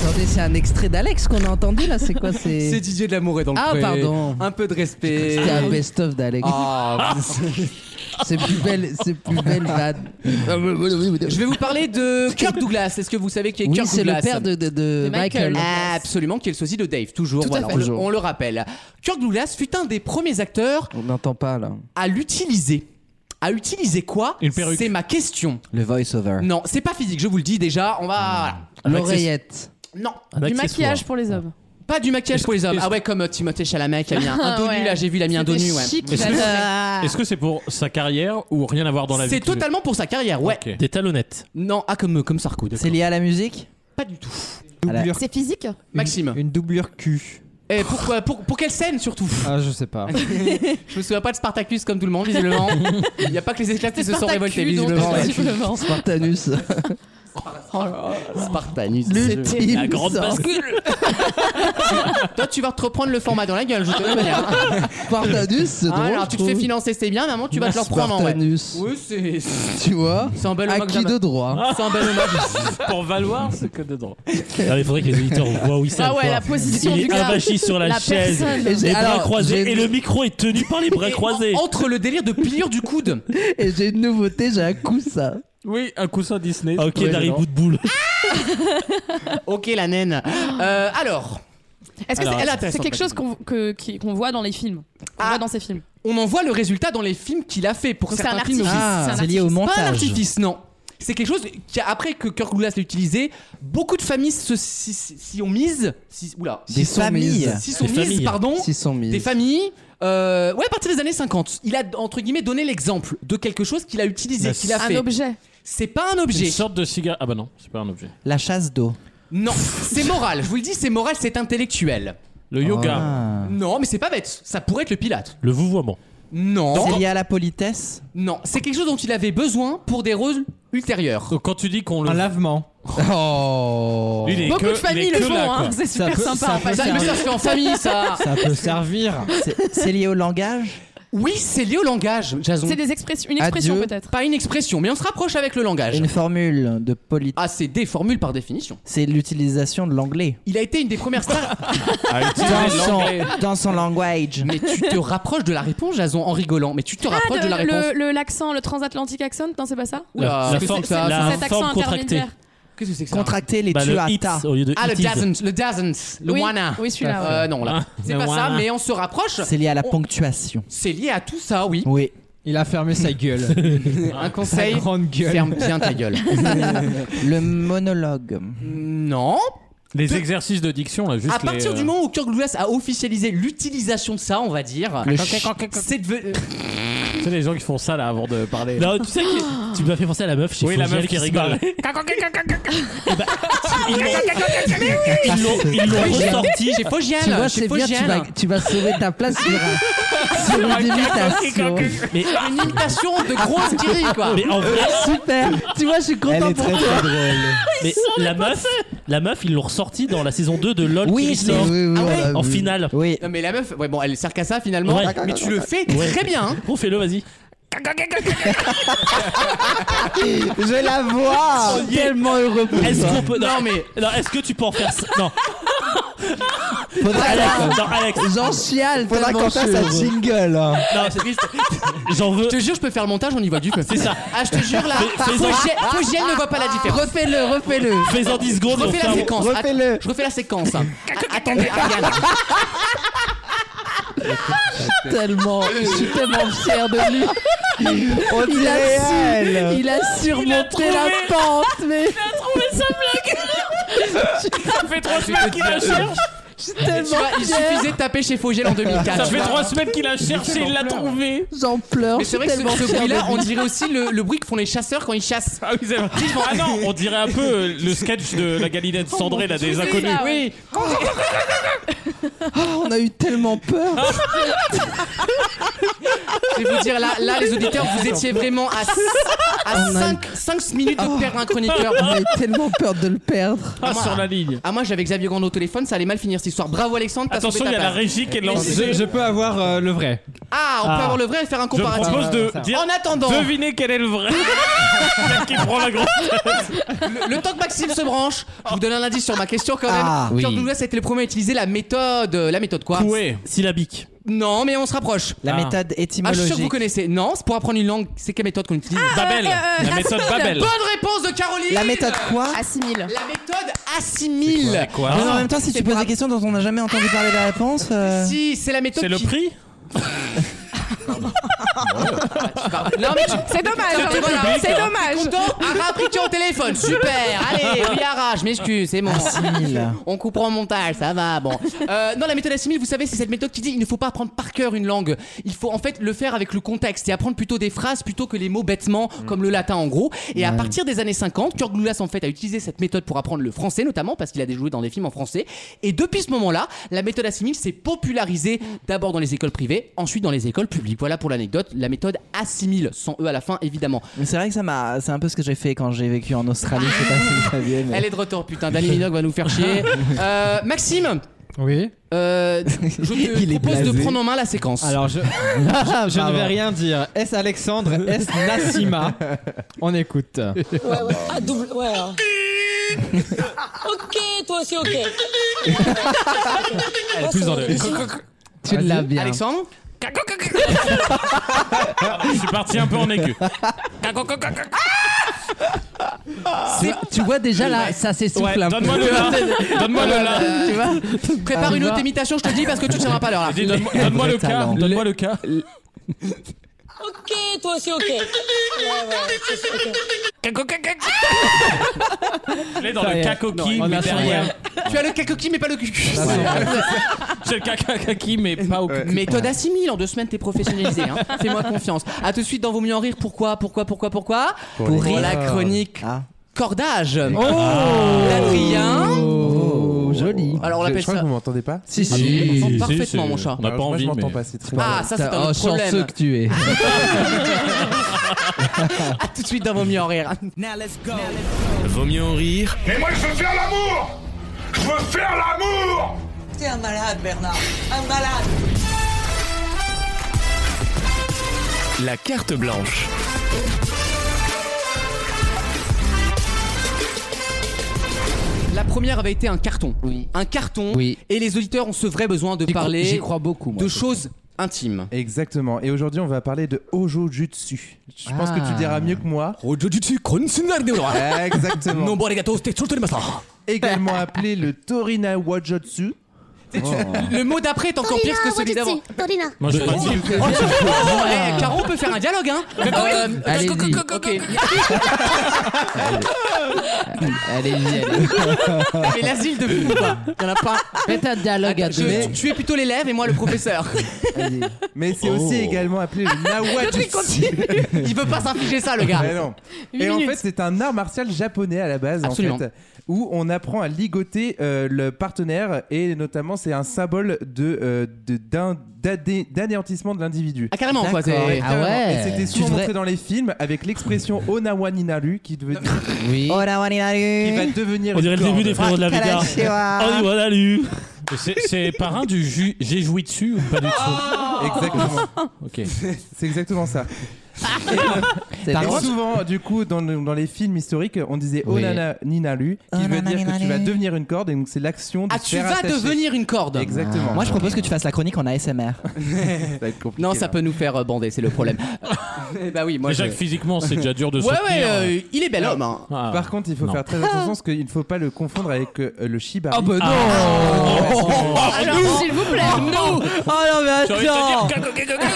Attendez, c'est un extrait d'Alex qu'on a entendu là, c'est quoi c'est... C'est Didier de l'amour et dans le Ah, pré. pardon. Un peu de respect. C'était un best-of d'Alex. Ah, c'est plus belle, c'est plus belle vanne. Je vais vous parler de Kirk Douglas. Est-ce que vous savez qui est Oui, Kirk c'est le Douglas père de- de- de De Michael. Michael. Ah, Absolument, qui est le sosie de Dave, toujours. euh, Tout à voilà, fait. on, le, Toujours. on le rappelle. Kirk Douglas fut un des premiers acteurs On n'entend pas là. à l'utiliser. À utiliser quoi Une perruque. C'est ma question. Le voice-over. Non, c'est pas physique, je vous le dis déjà. On va. Hmm. voilà. L'oreillette. Non. Du maquillage pour les hommes. Pas du maquillage pour les hommes. Ah ouais, comme euh, Timothée Chalamet qui a mis un, un dos nu, Ah Ouais. là, j'ai vu, il a mis un dos C'était nu, ouais. chic, Est-ce que c'est- est-ce que c'est pour sa carrière ou rien à voir dans la vie Ah. C'est totalement pour sa carrière, ouais. Des talonnettes. Non, ah, comme, comme Sarko. C'est lié à la musique Pas du tout. C'est physique Maxime. Une doublure cul. Et pourquoi pour, pour quelle scène surtout Ah, je sais pas. Je me souviens pas de Spartacus comme tout le monde, visiblement. Il n'y a pas que les esclaves qui se sont révoltés, visiblement. ouais. Spartanus. Oh Spartanus. Le type La grande sort. bascule. Toi, tu vas te reprendre le format dans la gueule, je te le dis. Spartanus, c'est Ah, drôle. alors, tu te fais financer, c'est bien, maman, tu vas te le reprendre. ouais. Spartanus. Oui, c'est. Tu vois C'est un bel hommage. À qui de droit C'est un bel hommage. Pour valoir, c'est que de droit. Non, Ah, mais faudrait que les auditeurs voient où il Ah ouais, la position Il du est gars. abachi sur la, La chaise, personne. les Et j'ai- bras alors, croisés j'ai- et le micro est tenu par les bras Et en- croisés. Entre le délire de pliure du coude. Et j'ai une nouveauté, j'ai un coup ça. Oui, un coussin Disney. Ah, ok, Dari bout de boule. Ok, la naine. Euh, alors. Est-ce que Alors, c'est- c'est intéressant, quelque chose Maxime. qu'on que- qui- qu'on voit dans les films Qu'on voit Ah. dans ces films on en voit le résultat dans les films qu'il a fait pour Donc c'est certains un films. artifice, Ah, c'est un c'est lié au Pas montage. un artifice, non. C'est quelque chose qui, après que Kirk Douglas l'a utilisé, beaucoup de familles se- s'y s'y ont mise. Si, oula. Des S'y sont familles. mises. S'y sont Des mises, familles. pardon. S'y sont mises. Des familles. euh, ouais, à partir des années 50. Il a, entre guillemets, donné l'exemple de quelque chose qu'il a utilisé, La- qu'il a Un fait. objet. C'est pas un Une objet. sorte de cigare. Ah bah non, c'est pas un objet. La chasse d'eau. Non, c'est moral. Je vous le dis, c'est moral, c'est intellectuel. Le yoga. Ah. Ah. Non, mais c'est pas bête. Ça pourrait être le Pilate. Le vouvoiement. Non. C'est lié à la politesse Non, c'est quelque chose dont il avait besoin pour des rôles ultérieurs. Donc quand tu dis qu'on le. Un Ah, lavement. Oh. Lui, il est Beaucoup que- de familles il est le que font, là, hein. quoi. C'est Ça super peut- sympa, ça en peut fait. Ça- mais ça servir. se fait en famille, ça. Ça peut servir. C'est- C'est lié au langage Oui, c'est lié au langage, Jason. Euh, C'est des expressions, une expression Adieu. peut-être. Pas une expression, mais on se rapproche avec le langage. Une formule de politesse. Ah, c'est des formules par définition. C'est l'utilisation de l'anglais. Il a été une des premières stars. Ah, Ah, Dans son, dans son language. Mais tu te rapproches de la réponse, Jason, en rigolant. Mais tu te Ah, rapproches de- de la réponse. le- le- l'accent, le transatlantique accent, non, c'est pas ça Oula, La qu'est-ce forme- que c'est que ça la Cet accent forme contractée. intermédiaire. Qu'est-ce que c'est que ça Contracter les Bah, le tuata. hits au lieu de Ah, it le is. doesn't, le doesn't, le Oui, wanna. oui, celui-là, Euh, ouais. non, Hein là. Ah, C'est le pas ça, wanna. mais on se rapproche. C'est lié à la On- ponctuation. C'est lié à tout ça, oui. Oui. Il a fermé sa gueule. Un conseil, Sa grande gueule. ferme bien ta gueule. Le monologue. non. Les exercices de diction, là, juste. à partir les, euh, du moment où Kirk Douglas a officialisé l'utilisation de ça, on va dire, Le c'est devenu. Tu sais, les gens qui font ça, là, avant de parler. Non, tu sais que tu m'as fait penser à la meuf chez Oui, la Fogiel meuf qui qui se rigole. marre. Eh ben, ils l'ont- ils l'ont- ils l'ont Fogiel. ressorti. Chez Fogiel, Tu vois, chez c'est hein. bien, tu Fogiel. vas, tu vas sauver ta place sur, un- sur une imitation. Mais, Une imitation de grosse Kiri, quoi. mais en vrai, Super Tu vois, je suis content pour toi. mais la meuf, la meuf, ils l'ont ressorti dans la saison 2 de LOL qui Oui, je sort l'ai vu, oui, Ah ouais on l'a en vu. finale. Oui. Non, mais la meuf, ouais, bon, elle sert qu'à ça finalement, Ouais. mais tu le fais très bien. hein. On Oh, fais-le, vas-y. Je la vois On y est. Tellement heureux pour Oh, Est-ce toi. qu'on peut. Non, mais. Non, est-ce que tu peux en faire ça Non, Faudra- Alex, non, Alex, J'en chiale Faudra tellement qu'on je fasse suis un heureux. jingle. hein. non, c'est J'en veux. Je te jure, je peux faire le montage, on y voit du feu. C'est ça. Ah, je te jure, là, Fais- fais-en. Fogiel Fogiel ne voit pas la différence. Refais-le, refais-le. Fais-en 10 Je secondes et on refais fait la un- séquence. Att- Refais-le. Je refais la séquence. hein. A- Attendez, Ariane. Tellement, je suis tellement fier de lui. On Il dirait a su, elle. il a surmonté la pente, mais Ça fait trois semaines qu'il la cherche je suis Tu vois, tellement il fier. suffisait de taper chez Fogiel en 2004. Ça tu fait vois. trois semaines qu'il a cherché, il l'a trouvé J'en pleure. Mais je c'est suis vrai que ce, tellement ce fière de bruit-là, lui. on dirait aussi le, le bruit que font les chasseurs quand ils chassent. Ah oui, c'est vrai. Ah non, on dirait un peu euh, le sketch de la Galilée de Cendrée, là, des inconnus. Oui. Oh, on a eu tellement peur. Je vais vous dire, là, là les auditeurs, vous étiez vraiment à, à On a 5, minutes de perdre un chroniqueur. On a eu tellement peur de le perdre. Ah, sur la ligne. Ah, moi j'avais Xavier Grande au téléphone, ça allait mal finir cette histoire. Bravo Alexandre, t'as Attention, sauvé il ta y a la place. régie qui est lancée. Je, je peux avoir euh, le vrai. Ah, on peut Ah. avoir le vrai et faire un Je comparatif. propose de dire- en attendant, Devinez quel est le vrai. Celle qui prend la grande tête. le, le temps que Maxime se branche, je vous donne un indice sur ma question quand même. Ah, oui. Kirk Douglas a été le premier à utiliser la méthode. euh, La méthode quoi Coué. Syllabique. Non, mais on se rapproche. La Ah. Ah, méthode je suis sûr que vous étymologique. connaissez. Non, c'est pour apprendre une langue. C'est quelle méthode qu'on utilise Babel. euh, La euh, méthode assimile. Babel. Ah Bonne réponse de Caroline. La méthode quoi ah, Assimile. La méthode assimile. Mais en même temps, si C'est tu poses des questions dont on n'a jamais entendu parler de la réponse. euh, Si, c'est la méthode. C'est le qui- prix Non, mais tu- C'est dommage, Tu- tu- voilà, tu- c'est tu- dommage. t'es content Ara a pris que au téléphone. Super. Allez, oui, Ara, je m'excuse, c'est bon. Assimile. On coupera en montage, ça va. Bon. Euh, non, la méthode assimile, vous savez, c'est cette méthode qui dit il ne faut pas apprendre par cœur une langue. Il faut en fait le faire avec le contexte et apprendre plutôt des phrases plutôt que les mots bêtement, comme le latin en gros. Et à Ouais. partir des années 50, Kirk Douglas en fait a utilisé cette méthode pour apprendre le français notamment parce qu'il a joué dans des films en français. Et depuis ce moment-là, la méthode assimile s'est popularisée d'abord dans les écoles privées, ensuite dans les écoles publiques. Voilà pour l'anecdote, la méthode assimile sans e à la fin évidemment. Mais c'est vrai que ça m'a. C'est un peu ce que j'ai fait quand j'ai vécu en Australie. Je sais pas si vous saviez. mais- Elle est de retour, putain. Dani Minogue va nous faire chier. Euh, Maxime Oui. Euh, je te Il est propose de blasé. prendre en main la séquence. Alors, je, je- je ne vais rien dire. Est-ce Alexandre Est-ce Nassima On écoute. Ouais, ouais. Ah, double. Ouais. hein. ok, toi aussi, ok. Elle est plus dans le- Tu l'as bien. Alexandre Ah, Je suis parti un peu en aigu. Tu, tu vois déjà là, ça s'essouffle Ouais, un peu. donne-moi le là. Donne-moi le Oh là. Tu vois Prépare Ah, une bah. autre imitation, je te le dis, parce que tu tiendras pas l'heure là. Dis, Donne-moi donne-moi le cas. Donne-moi le cas. Ok, toi aussi, ok. Ouais, ouais, toi aussi, ok. Je l'ai dans Ça y le est. kakoki, Non, on a mais son- derrière. Tu as le kakoki, mais pas le cucu. J'ai le kakakaki, mais pas au cul. Méthode assimile, en deux semaines t'es professionnalisé, hein. fais-moi confiance. A tout de suite dans Vos mieux en rire, pourquoi, pourquoi, pourquoi, pourquoi Pour les la cordes. chronique cordage. Oh Ah, Ah, Ah, hein. Adrien. Oh, joli. Alors on Je- l'appelle Je crois ça- que vous m'entendez pas Si, Ah si. Si, On m'entend si, parfaitement, si. mon chat. Alors, On n'a pas moi, envie, Ah, Je m'entends mais- pas, c'est très Ah, ça c'est un Oh, autre problème. chanceux que tu es. A tout de suite dans Vos mieux en rire. Vaut mieux en rire Mais moi, je veux faire l'amour Je veux faire l'amour T'es un malade, Bernard. Un malade. la carte blanche. La première avait été un carton. Un carton. Oui. Et les auditeurs ont ce vrai besoin de crois- parler. j'y crois beaucoup. de choses intimes. Ah, Exactement. Et aujourd'hui, on va parler de Ojo Jutsu. Je pense que tu Ah. diras mieux que moi. Ojo Jutsu, Exactement. Non, bon, les gâteaux, c'était Également appelé le Torina Wajutsu. Le mot d'après est encore pire que celui d'avant. Torina. Moi, je pratique. Oh, eh, Caro peut faire un dialogue, hein Euh, Allez-y. Ok. Allez-y, Mais l'asile de fou, quoi. Y'en a pas. Ah. Faites un dialogue à Je- deux. tu- Tu es plutôt l'élève et moi le professeur. Mais c'est aussi Oh. également appelé le Le truc Nawajutsu. Il veut pas s'infliger ça, le gars. Mais non. Huit Et en minutes. fait, c'est un art martial japonais à la base, Absolument. en fait, où on apprend à ligoter euh, le partenaire et notamment c'est un symbole de euh, de- d'un- d'adé- d'anéantissement de l'individu. Ah, carrément, quoi, D'accord. c'est- Ouais, carrément. Ah ouais. Et c'était souvent Tu devrais- montré dans les films avec l'expression Onawa Ninaru qui devait Oui. qui va devenir On dirait une le début corde. des Frères de la Vega. Ah, voilà, lui. C'est- C'est parrain du jus. J'ai joui dessus ou pas du Ah. tout Exactement. Ok. C'est exactement ça. C'est Par drôle. contre, souvent, du coup, dans, le- dans les films historiques, on disait Oui. Onana Ninalu, qui veut Onana dire que tu Ninalu. vas devenir une corde, et donc c'est l'action de Ah, te tu faire vas attacher. devenir une corde. Exactement. Moi, je propose que tu fasses la chronique en ASMR. Non, ça peut nous faire euh, bander, c'est le problème. Eh bah oui, moi. Déjà je- que physiquement, c'est déjà dur de Ah. Ouais, soutenir. ouais, euh, il est bel homme. hein. Ah, Par contre, il faut Non. faire très attention parce qu'il ne faut pas le confondre avec euh, le Shibari. Ah bah non Alors, s'il vous plaît, non Oh non, mais J'ai envie de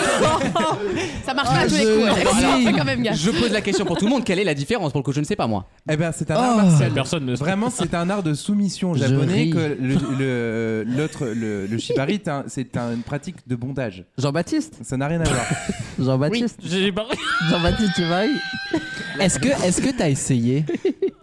Ça marche pas à tous les coups, Alex. Fais quand même gaffe. Je pose la question pour tout le monde quelle est la différence pour le coup Je ne sais pas moi. Eh ben, c'est un art martial. Vraiment, c'est un art de soumission Oh. Je japonais ris. que le- le- l'autre, le, le Shibari, c'est un- c'est un- une pratique de bondage. Jean-Baptiste Ça n'a rien à voir. Jean-Baptiste J'ai pas. Jean-Baptiste, tu vas Est-ce que est-ce que t'as essayé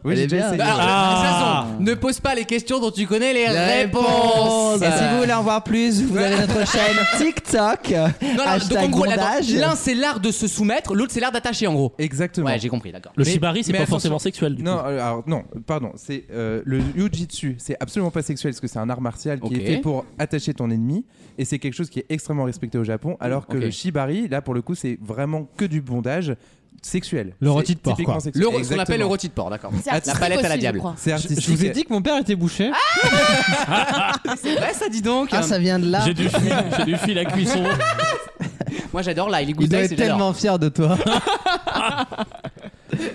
Oui, Elle j'ai est déjà bien. Alors, essayé. Ah. de toute façon, ne pose pas les questions dont tu connais les La réponses. Et si vous voulez en voir plus, vous avez notre chaîne TikTok. Non, non, donc en hashtag gros, là, grondage. dans- l'un c'est l'art de se soumettre, l'autre c'est l'art d'attacher en gros. Exactement. Ouais, j'ai compris, d'accord. Mais- mais attention- sexuel. non, euh, alors non, pardon, c'est euh, le jujitsu, c'est absolument pas sexuel parce que c'est un art martial qui Ok. est fait pour attacher ton ennemi et c'est quelque chose qui est extrêmement respecté au Japon, alors que Ok. le shibari, là pour le coup, c'est vraiment que du bondage sexuel. Le C'est rôti de porc, typiquement quoi. sexuel. Le ro- ce qu'on Exactement. appelle le rôti de porc, d'accord. C'est Att- La palette à la diable. C'est artistique. Je vous ai dit que mon père était bouché. Ah. C'est vrai, ça dit donc. Ah, ça vient de là. J'ai du fil, j'ai du fil à cuisson. Moi j'adore là, il est Il doit goûté, être tellement fier de toi.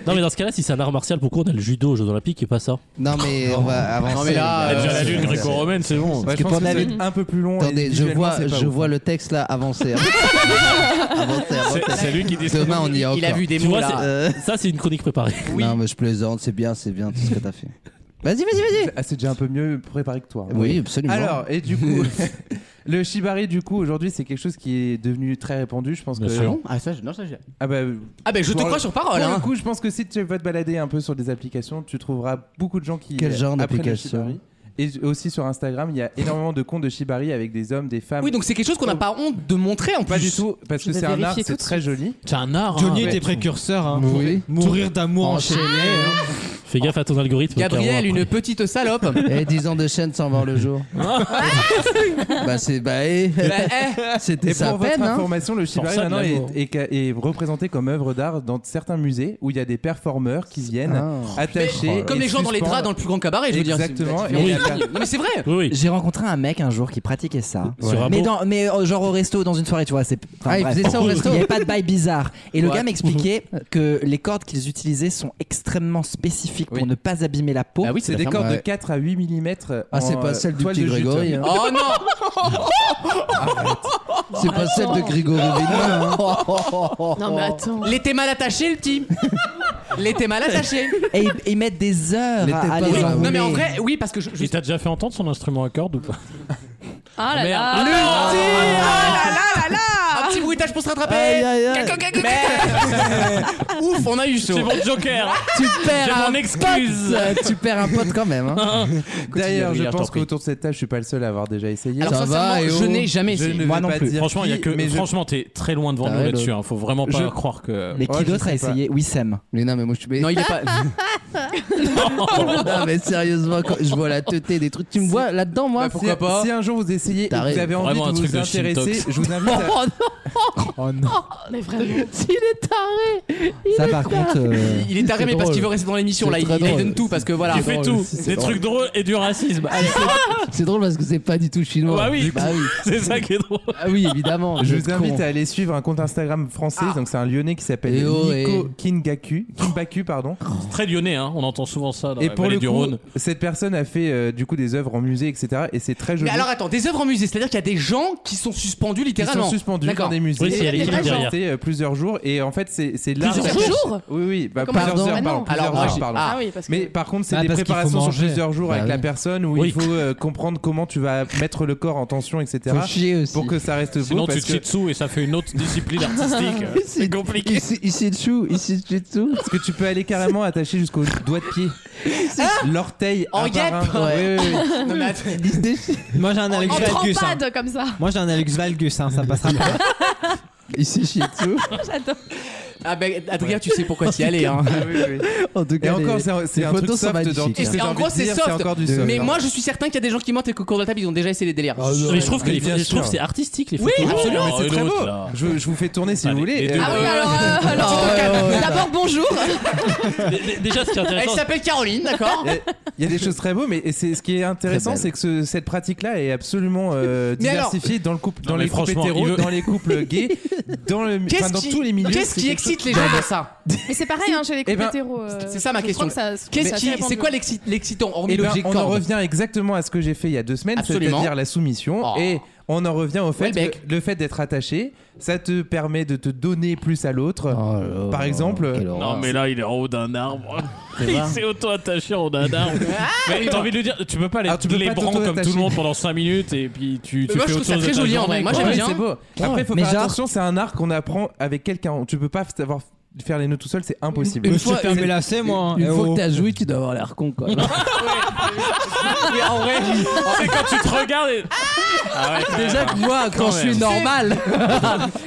Non, mais dans ce cas-là, si c'est un art martial, pourquoi on a le judo aux Jeux Olympiques et pas ça Non, mais on va avancer. Non, mais là, Euh, Déjà la c'est- lune gréco-romaine, c'est bon. Ouais, je pense que ça va être un peu plus long. et Attendez, je visuellement, vois, c'est pas je ouf. vois le texte là avancer. avancer, avancer. C'est- c'est lui qui décide. Demain, on y a Il a encore. vu des Tu mots, vois, là. c'est- Ah, Ça, c'est une chronique préparée. Non, mais je plaisante, c'est bien, c'est bien tout ce que t'as fait. Vas-y, vas-y, vas-y. Ah, c'est déjà un peu mieux préparé que toi. hein. Oui, absolument. Alors, et du coup, le shibari, du coup, aujourd'hui, c'est quelque chose qui est devenu très répandu. Je pense que. Ah bon Ah, ça, je- non, ça, je- Ah bah, Ah bah, je te pour crois le- sur parole, Pour hein. le coup, je pense que si tu vas te balader un peu sur des applications, tu trouveras beaucoup de gens qui. Quel genre apprennent le d'application shibari. Et aussi sur Instagram, il y a énormément de comptes de shibari avec des hommes, des femmes. Oui, donc c'est quelque chose qu'on n'a pas honte de montrer en plus. Pas du tout, parce que c'est un art, c'est très joli. C'est un art. Johnny hein. était précurseur. Hein, pour Oui. Mourir d'amour enchaîné. hein. Fais gaffe à ton algorithme. Gabriel, Caro, une petite salope. Et 10 Eh, ans de chaîne sans voir le jour. bah, c'est. Bah, eh. C'était Et ça pour à votre peine, hein. information, le shibari ça, de maintenant l'amour. est, est- est représenté comme œuvre d'art dans certains musées où il y a des performeurs qui Ah, viennent attacher. Comme les gens dans les draps dans le plus grand cabaret, je veux dire. c'est- Exactement. Mais, Et oui. la per- Non, mais c'est vrai. Oui, oui. J'ai rencontré un mec un jour qui pratiquait ça. Sur un Mais, bon- dans, mais euh, genre au resto, dans une soirée, tu vois. c'est- enfin, Ah, il bref. faisait ça au resto Il n'y avait pas de bail bizarre. Et le Ouais. gars m'expliquait que les cordes qu'ils utilisaient sont extrêmement spécifiques pour Oui. ne pas abîmer la peau. Bah oui, C'est des cordes de 4 à 8 mm. Ah, c'est pas celle euh, du petit Grégory. hein. Oh non C'est pas celle de Grégory Vénin. hein. Non, Oh. mais attends. Il était mal attaché, le petit. Il était mal attaché. Et ils, ils mettent des heures Mais t'es à, à pas les dans- enrouler. Non, mais en vrai, Ah oui, parce que je. je- Et t'as déjà fait entendre son instrument à cordes ou pas Ah là Merde. Le là. petit Ah là là là Un petit bruitage pour se rattraper Aïe, aïe, aïe. Caca, caca, caca. Ouf, on a eu chaud hein. C'est mon joker. Tu Je perds un m'en excuse. Euh, tu perds un pote quand même. hein. D'ailleurs, je Gabriel, pense t'en prie. qu'autour de cette table, je suis pas le seul à avoir déjà essayé. Alors Ça sincèrement, va, et je oh. n'ai jamais Je essayé. ne moi vais non pas plus. dire Franchement, il y a qui, que. mais je- Franchement, t'es très loin devant Ah nous ouais, là-dessus. hein. Faut vraiment pas Je- croire que. Mais qui Ouais, je d'autre a sais pas. essayé Wissem. Mais non, mais moi je suis. Non, il est pas. non, mais sérieusement, quand je vois la teuté des trucs. Tu me vois là-dedans, moi Ah, Bah, pourquoi frère pas Si un jour vous essayez et que T'arrêtes. vous avez envie Vraiment un de truc vous de intéresser, Shintox. je vous invite à. Oh non. Mais vraiment. Il est taré. Ça, par contre. euh, Il est taré, mais parce qu'il veut rester dans l'émission. Là, il, très il drôle. donne tout parce que voilà. Il fait tout. Des trucs drôles et du racisme. ah, C'est drôle parce que c'est pas du tout chinois. Bah oui. Bah oui. C'est ça qui est drôle. Ah oui, évidemment. Oh, Je Ah. le vous con. invite à aller suivre un compte Instagram français, donc c'est un lyonnais qui s'appelle Eh oh, Nico Kingaku, Kinbaku, pardon. Très lyonnais, hein. On entend souvent ça dans Et la pour vallée le du coup, Rhône. cette personne a fait euh, du coup des œuvres en musée, etc. Et c'est très joli. Mais alors attends, des œuvres en musée, c'est-à-dire qu'il y a des gens qui sont suspendus Ils sont littéralement. suspendus D'accord. dans des musées. Oui, c'est Ils écrit sont derrière. restés, euh, plusieurs jours. Et en fait, c'est c'est l'art. Plusieurs d'attacher- jours Oui, oui. bah, Comment- plusieurs Pardon. heures, Mais non. Alors, pardon. Plusieurs moi, heures, j'ai- pardon. Ah oui, parce que. Mais par contre, c'est Ah, des parce qu'il faut préparations sur manger. plusieurs jours Bah avec la oui. personne où Oui. il faut euh, comprendre comment tu vas mettre le corps en tension, etc. Faut chier aussi. Pour que ça reste beau. Sinon, parce tu te chies que, Ah, dessous et ça fait une autre discipline artistique. C'est compliqué. Ici, ici dessous, ici dessous. parce que tu peux aller carrément attacher jusqu'au doigt de pied. L'orteil. En un par guêpe un. Oui, oui, oui. Non, mais attends. Moi j'ai un Alex En Valgus. hein. trempade comme ça. Moi j'ai un Alex Valgus, hein, ça passera pas. Ici shih tzu. J'adore. Ah ben, Adrien, tu sais pourquoi t'y allais. Hein. Ah, oui, oui. En tout Et cas, encore, les- c'est un- c'est les un truc photos sont soft dans magnifiques. tout ce que Et j'ai en envie gros, de c'est dire, soft. C'est encore du soft. Mais hein. moi, je suis certain qu'il y a des gens qui mentent et qu'au cours de la table, ils ont déjà essayé les délires. Ah, Mais je trouve que les bien je sûr. trouve que c'est artistique les Oui, photos. absolument, mais Oh, c'est et très l'autre, beau. là. Je, je vous fais tourner si Allez, vous les voulez. deux. Euh, Ah oui, alors, euh, alors, euh, d'abord bonjour. Dé- dé- Déjà, ce qui est Elle intéressant, s'appelle Caroline, d'accord Il y a des choses très beaux, mais et c'est ce qui est intéressant, Très belle. c'est que ce- cette pratique-là est absolument euh, Mais alors- diversifiée dans le couple, dans Non, mais les couples franchement, hétéros, il veut- dans les couples gays, dans le, enfin, Qu'est-ce dans tous les qui, milieux. qu'est-ce c'est qui quelque excite chose- Bah, les gens dans ça Mais c'est pareil hein, chez les Eh couples ben, hétéros. euh, c'est ça ma je question. crois que ça- Qu'est-ce ça qui, dépend c'est de- quoi l'excit- l'excitant hormis Eh ben, l'objet on en cordes revient exactement à ce que j'ai fait il y a deux semaines, Absolument. c'est-à-dire la soumission, Oh. et on en revient au fait Welbeck. que le fait d'être attaché, ça te permet de te donner plus à l'autre. Oh, Par exemple, Non, mais là, il est en haut d'un arbre. Il s'est auto-attaché en haut d'un arbre. Ah, mais t'as envie de lui dire, tu peux pas Alors, être Ah, tu peux pas blébrant comme t'auto-attacher. tout le monde pendant 5 minutes et puis tu, tu moi, fais je autre trouve ça chose. de très ta joli en journée, vrai. Moi, quoi. j'aime Ouais, bien. c'est beau. Après, il faut Mais faire genre- attention, c'est un art qu'on apprend avec quelqu'un. Tu peux pas avoir faire les nœuds tout seul, c'est impossible. Une fois- Je sais faire mes lacets, moi, hein. Une Eh fois oh. que t'as joué, tu dois avoir l'air con, quoi. Mais en vrai, c'est quand tu te regardes. et- Ah ouais, quand Déjà même, que hein. moi, quand je suis même. normal,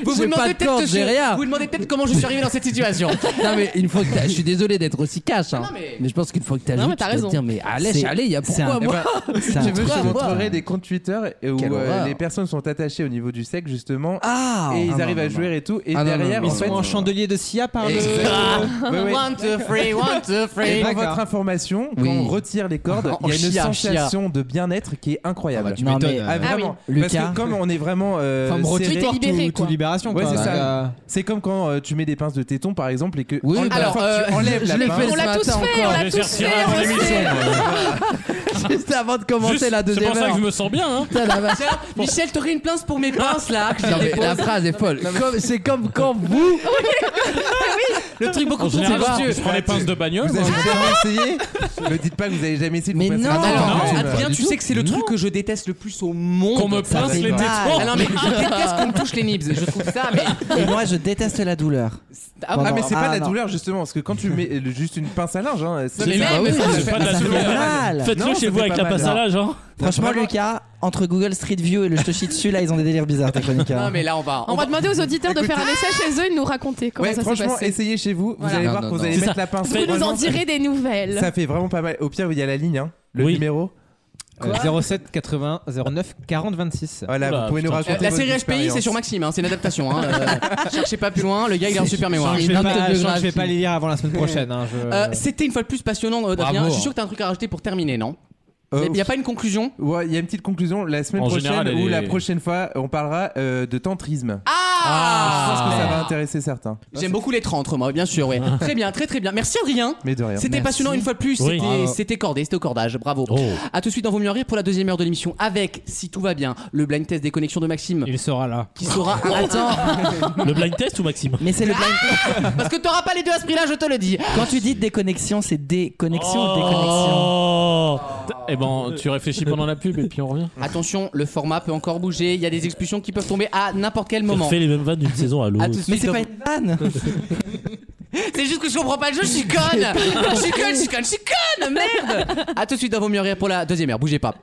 Vous vous j'ai pas demandez de corde, peut-être j'ai rien. Vous demandez peut-être comment je suis arrivé dans cette situation. non mais une fois que t'as- je suis désolé d'être aussi cash hein. mais... je pense qu'une fois que t'as Non, joué, mais t'as tu dois te raison. dire mais allez C'est- allez il y a c'est pourquoi un- moi Eh ben, C'est un Je veux truc je à vous voir. montrerai des comptes Twitter et où Quelle euh, horreur. les personnes sont attachées au niveau du sexe justement Ah et ils Ah, non, arrivent à non, jouer et tout et Ah, non, non, derrière non, en non, fait non, non, non. Chandelier de Sia par le. Exactement. Ouais, ouais. One, two, three, one, two, Et three. pour votre information, quand Oui. on retire les cordes, En il y a une chia, sensation de bien-être qui est incroyable. bah, tu Non, m'étonnes. mais- Ah, vraiment. Ah oui. Parce Lucas. que comme on est vraiment. Euh, Enfin, me retire, serré- toi, tout- Libéré, quoi. tout libération, Ouais, quoi. c'est Euh, ça. C'est comme quand euh, tu mets des pinces de téton par exemple et que. Oui, enlève- bah, une alors, fois que tu euh, enlèves je la l'ai pince- fait ce matin encore. Je vais faire euh, tirer avant l'émission. Juste avant de commencer Juste- la deuxième C'est pour ça heure. que je me sens bien. hein. Putain, la vache. Tiens, Michel, t'aurais une plainte pour mes pinces là que je Non, mais dépose. la phrase est folle. Comme- C'est comme quand vous. Le truc beaucoup En trop général, sévère. je prends les pinces de bagnole. Vous moi. avez jamais essayé Me dites pas que vous avez jamais essayé de vous passer Ah, un non, téton par exemple. Adrien, tu sais que c'est le truc que je déteste le plus au monde. Qu'on me Ça pince fait les mal. tétons. Ah non, mais je déteste qu'on me touche les nibs. Je trouve ça, mais. Et moi, je déteste la douleur. Ah, Pendant- mais c'est pas de la non. douleur justement parce que quand tu mets euh, juste une pince à linge, hein, ça, Mais ça- même, bah oui, c'est ça pas fait- de la ça fait douleur. mal. Faites-le Non, ça fait pas mal. hein. genre. Franchement, Vraiment. Lucas, entre Google Street View et le je te chie dessus, là, ils ont des délires bizarres, tes chroniqueurs. Non, mais là, on va. On va demander aux auditeurs de faire un essai chez eux et de nous raconter comment Ouais, ça s'est franchement, passé. essayez chez vous. Vous Voilà. allez Non, voir que non, vous non. allez C'est mettre ça. la pince. Vous nous en Vraiment, direz des nouvelles. Ça fait vraiment pas mal. Au pire, il y a la ligne, hein, le Oui. numéro. Euh, 07 80 09 40 26. Voilà, vous pouvez nous Euh, raconter. la votre série HPI, c'est expérience. sur Maxime, hein, c'est une adaptation. Hein, euh, cherchez pas plus loin, le gars il a un super mémoire. Ah, Je vais, pas, je vais pas les lire avant la semaine prochaine. hein, je- Euh, C'était une fois de plus passionnant, euh, Damien. Bravo. Je suis sûr que t'as un truc à rajouter pour terminer, non Euh, Il n'y a pas une conclusion Ouais, il y a une petite conclusion. La semaine En prochaine général, elle ou est- la prochaine fois, on parlera euh, de tantrisme. Ah, Je pense que ça va intéresser certains. J'aime beaucoup les entre moi, bien sûr, ouais. très bien, très très bien. Merci Adrien. Mais de rien. C'était passionnant une fois de plus. Oui. C'était- Bravo. C'était cordé, c'était au cordage. Bravo. Oh. À tout de suite dans Vos Mieux en Rire pour la deuxième heure de l'émission avec, si tout va bien, le blind test des connexions de Maxime Il sera là. qui sera. Le blind test ou Maxime Mais Ah c'est le blind Parce que t'auras pas les deux à ce prix-là, je te le dis. Quand tu dis déconnexion, c'est déconnexion ou déconnexion Oh Eh ben, tu réfléchis pendant la pub et puis on revient. Attention, le format peut encore bouger. Il y a des expulsions qui peuvent tomber à n'importe quel Tu moment. refais les mêmes vannes d'une saison à À tout l'autre. de suite Mais c'est dans- pas une vanne C'est juste que je comprends pas le jeu, je suis conne Je suis conne, je suis conne, je suis conne Merde À tout de suite dans Vos Mieux en Rire pour la deuxième heure, bougez pas.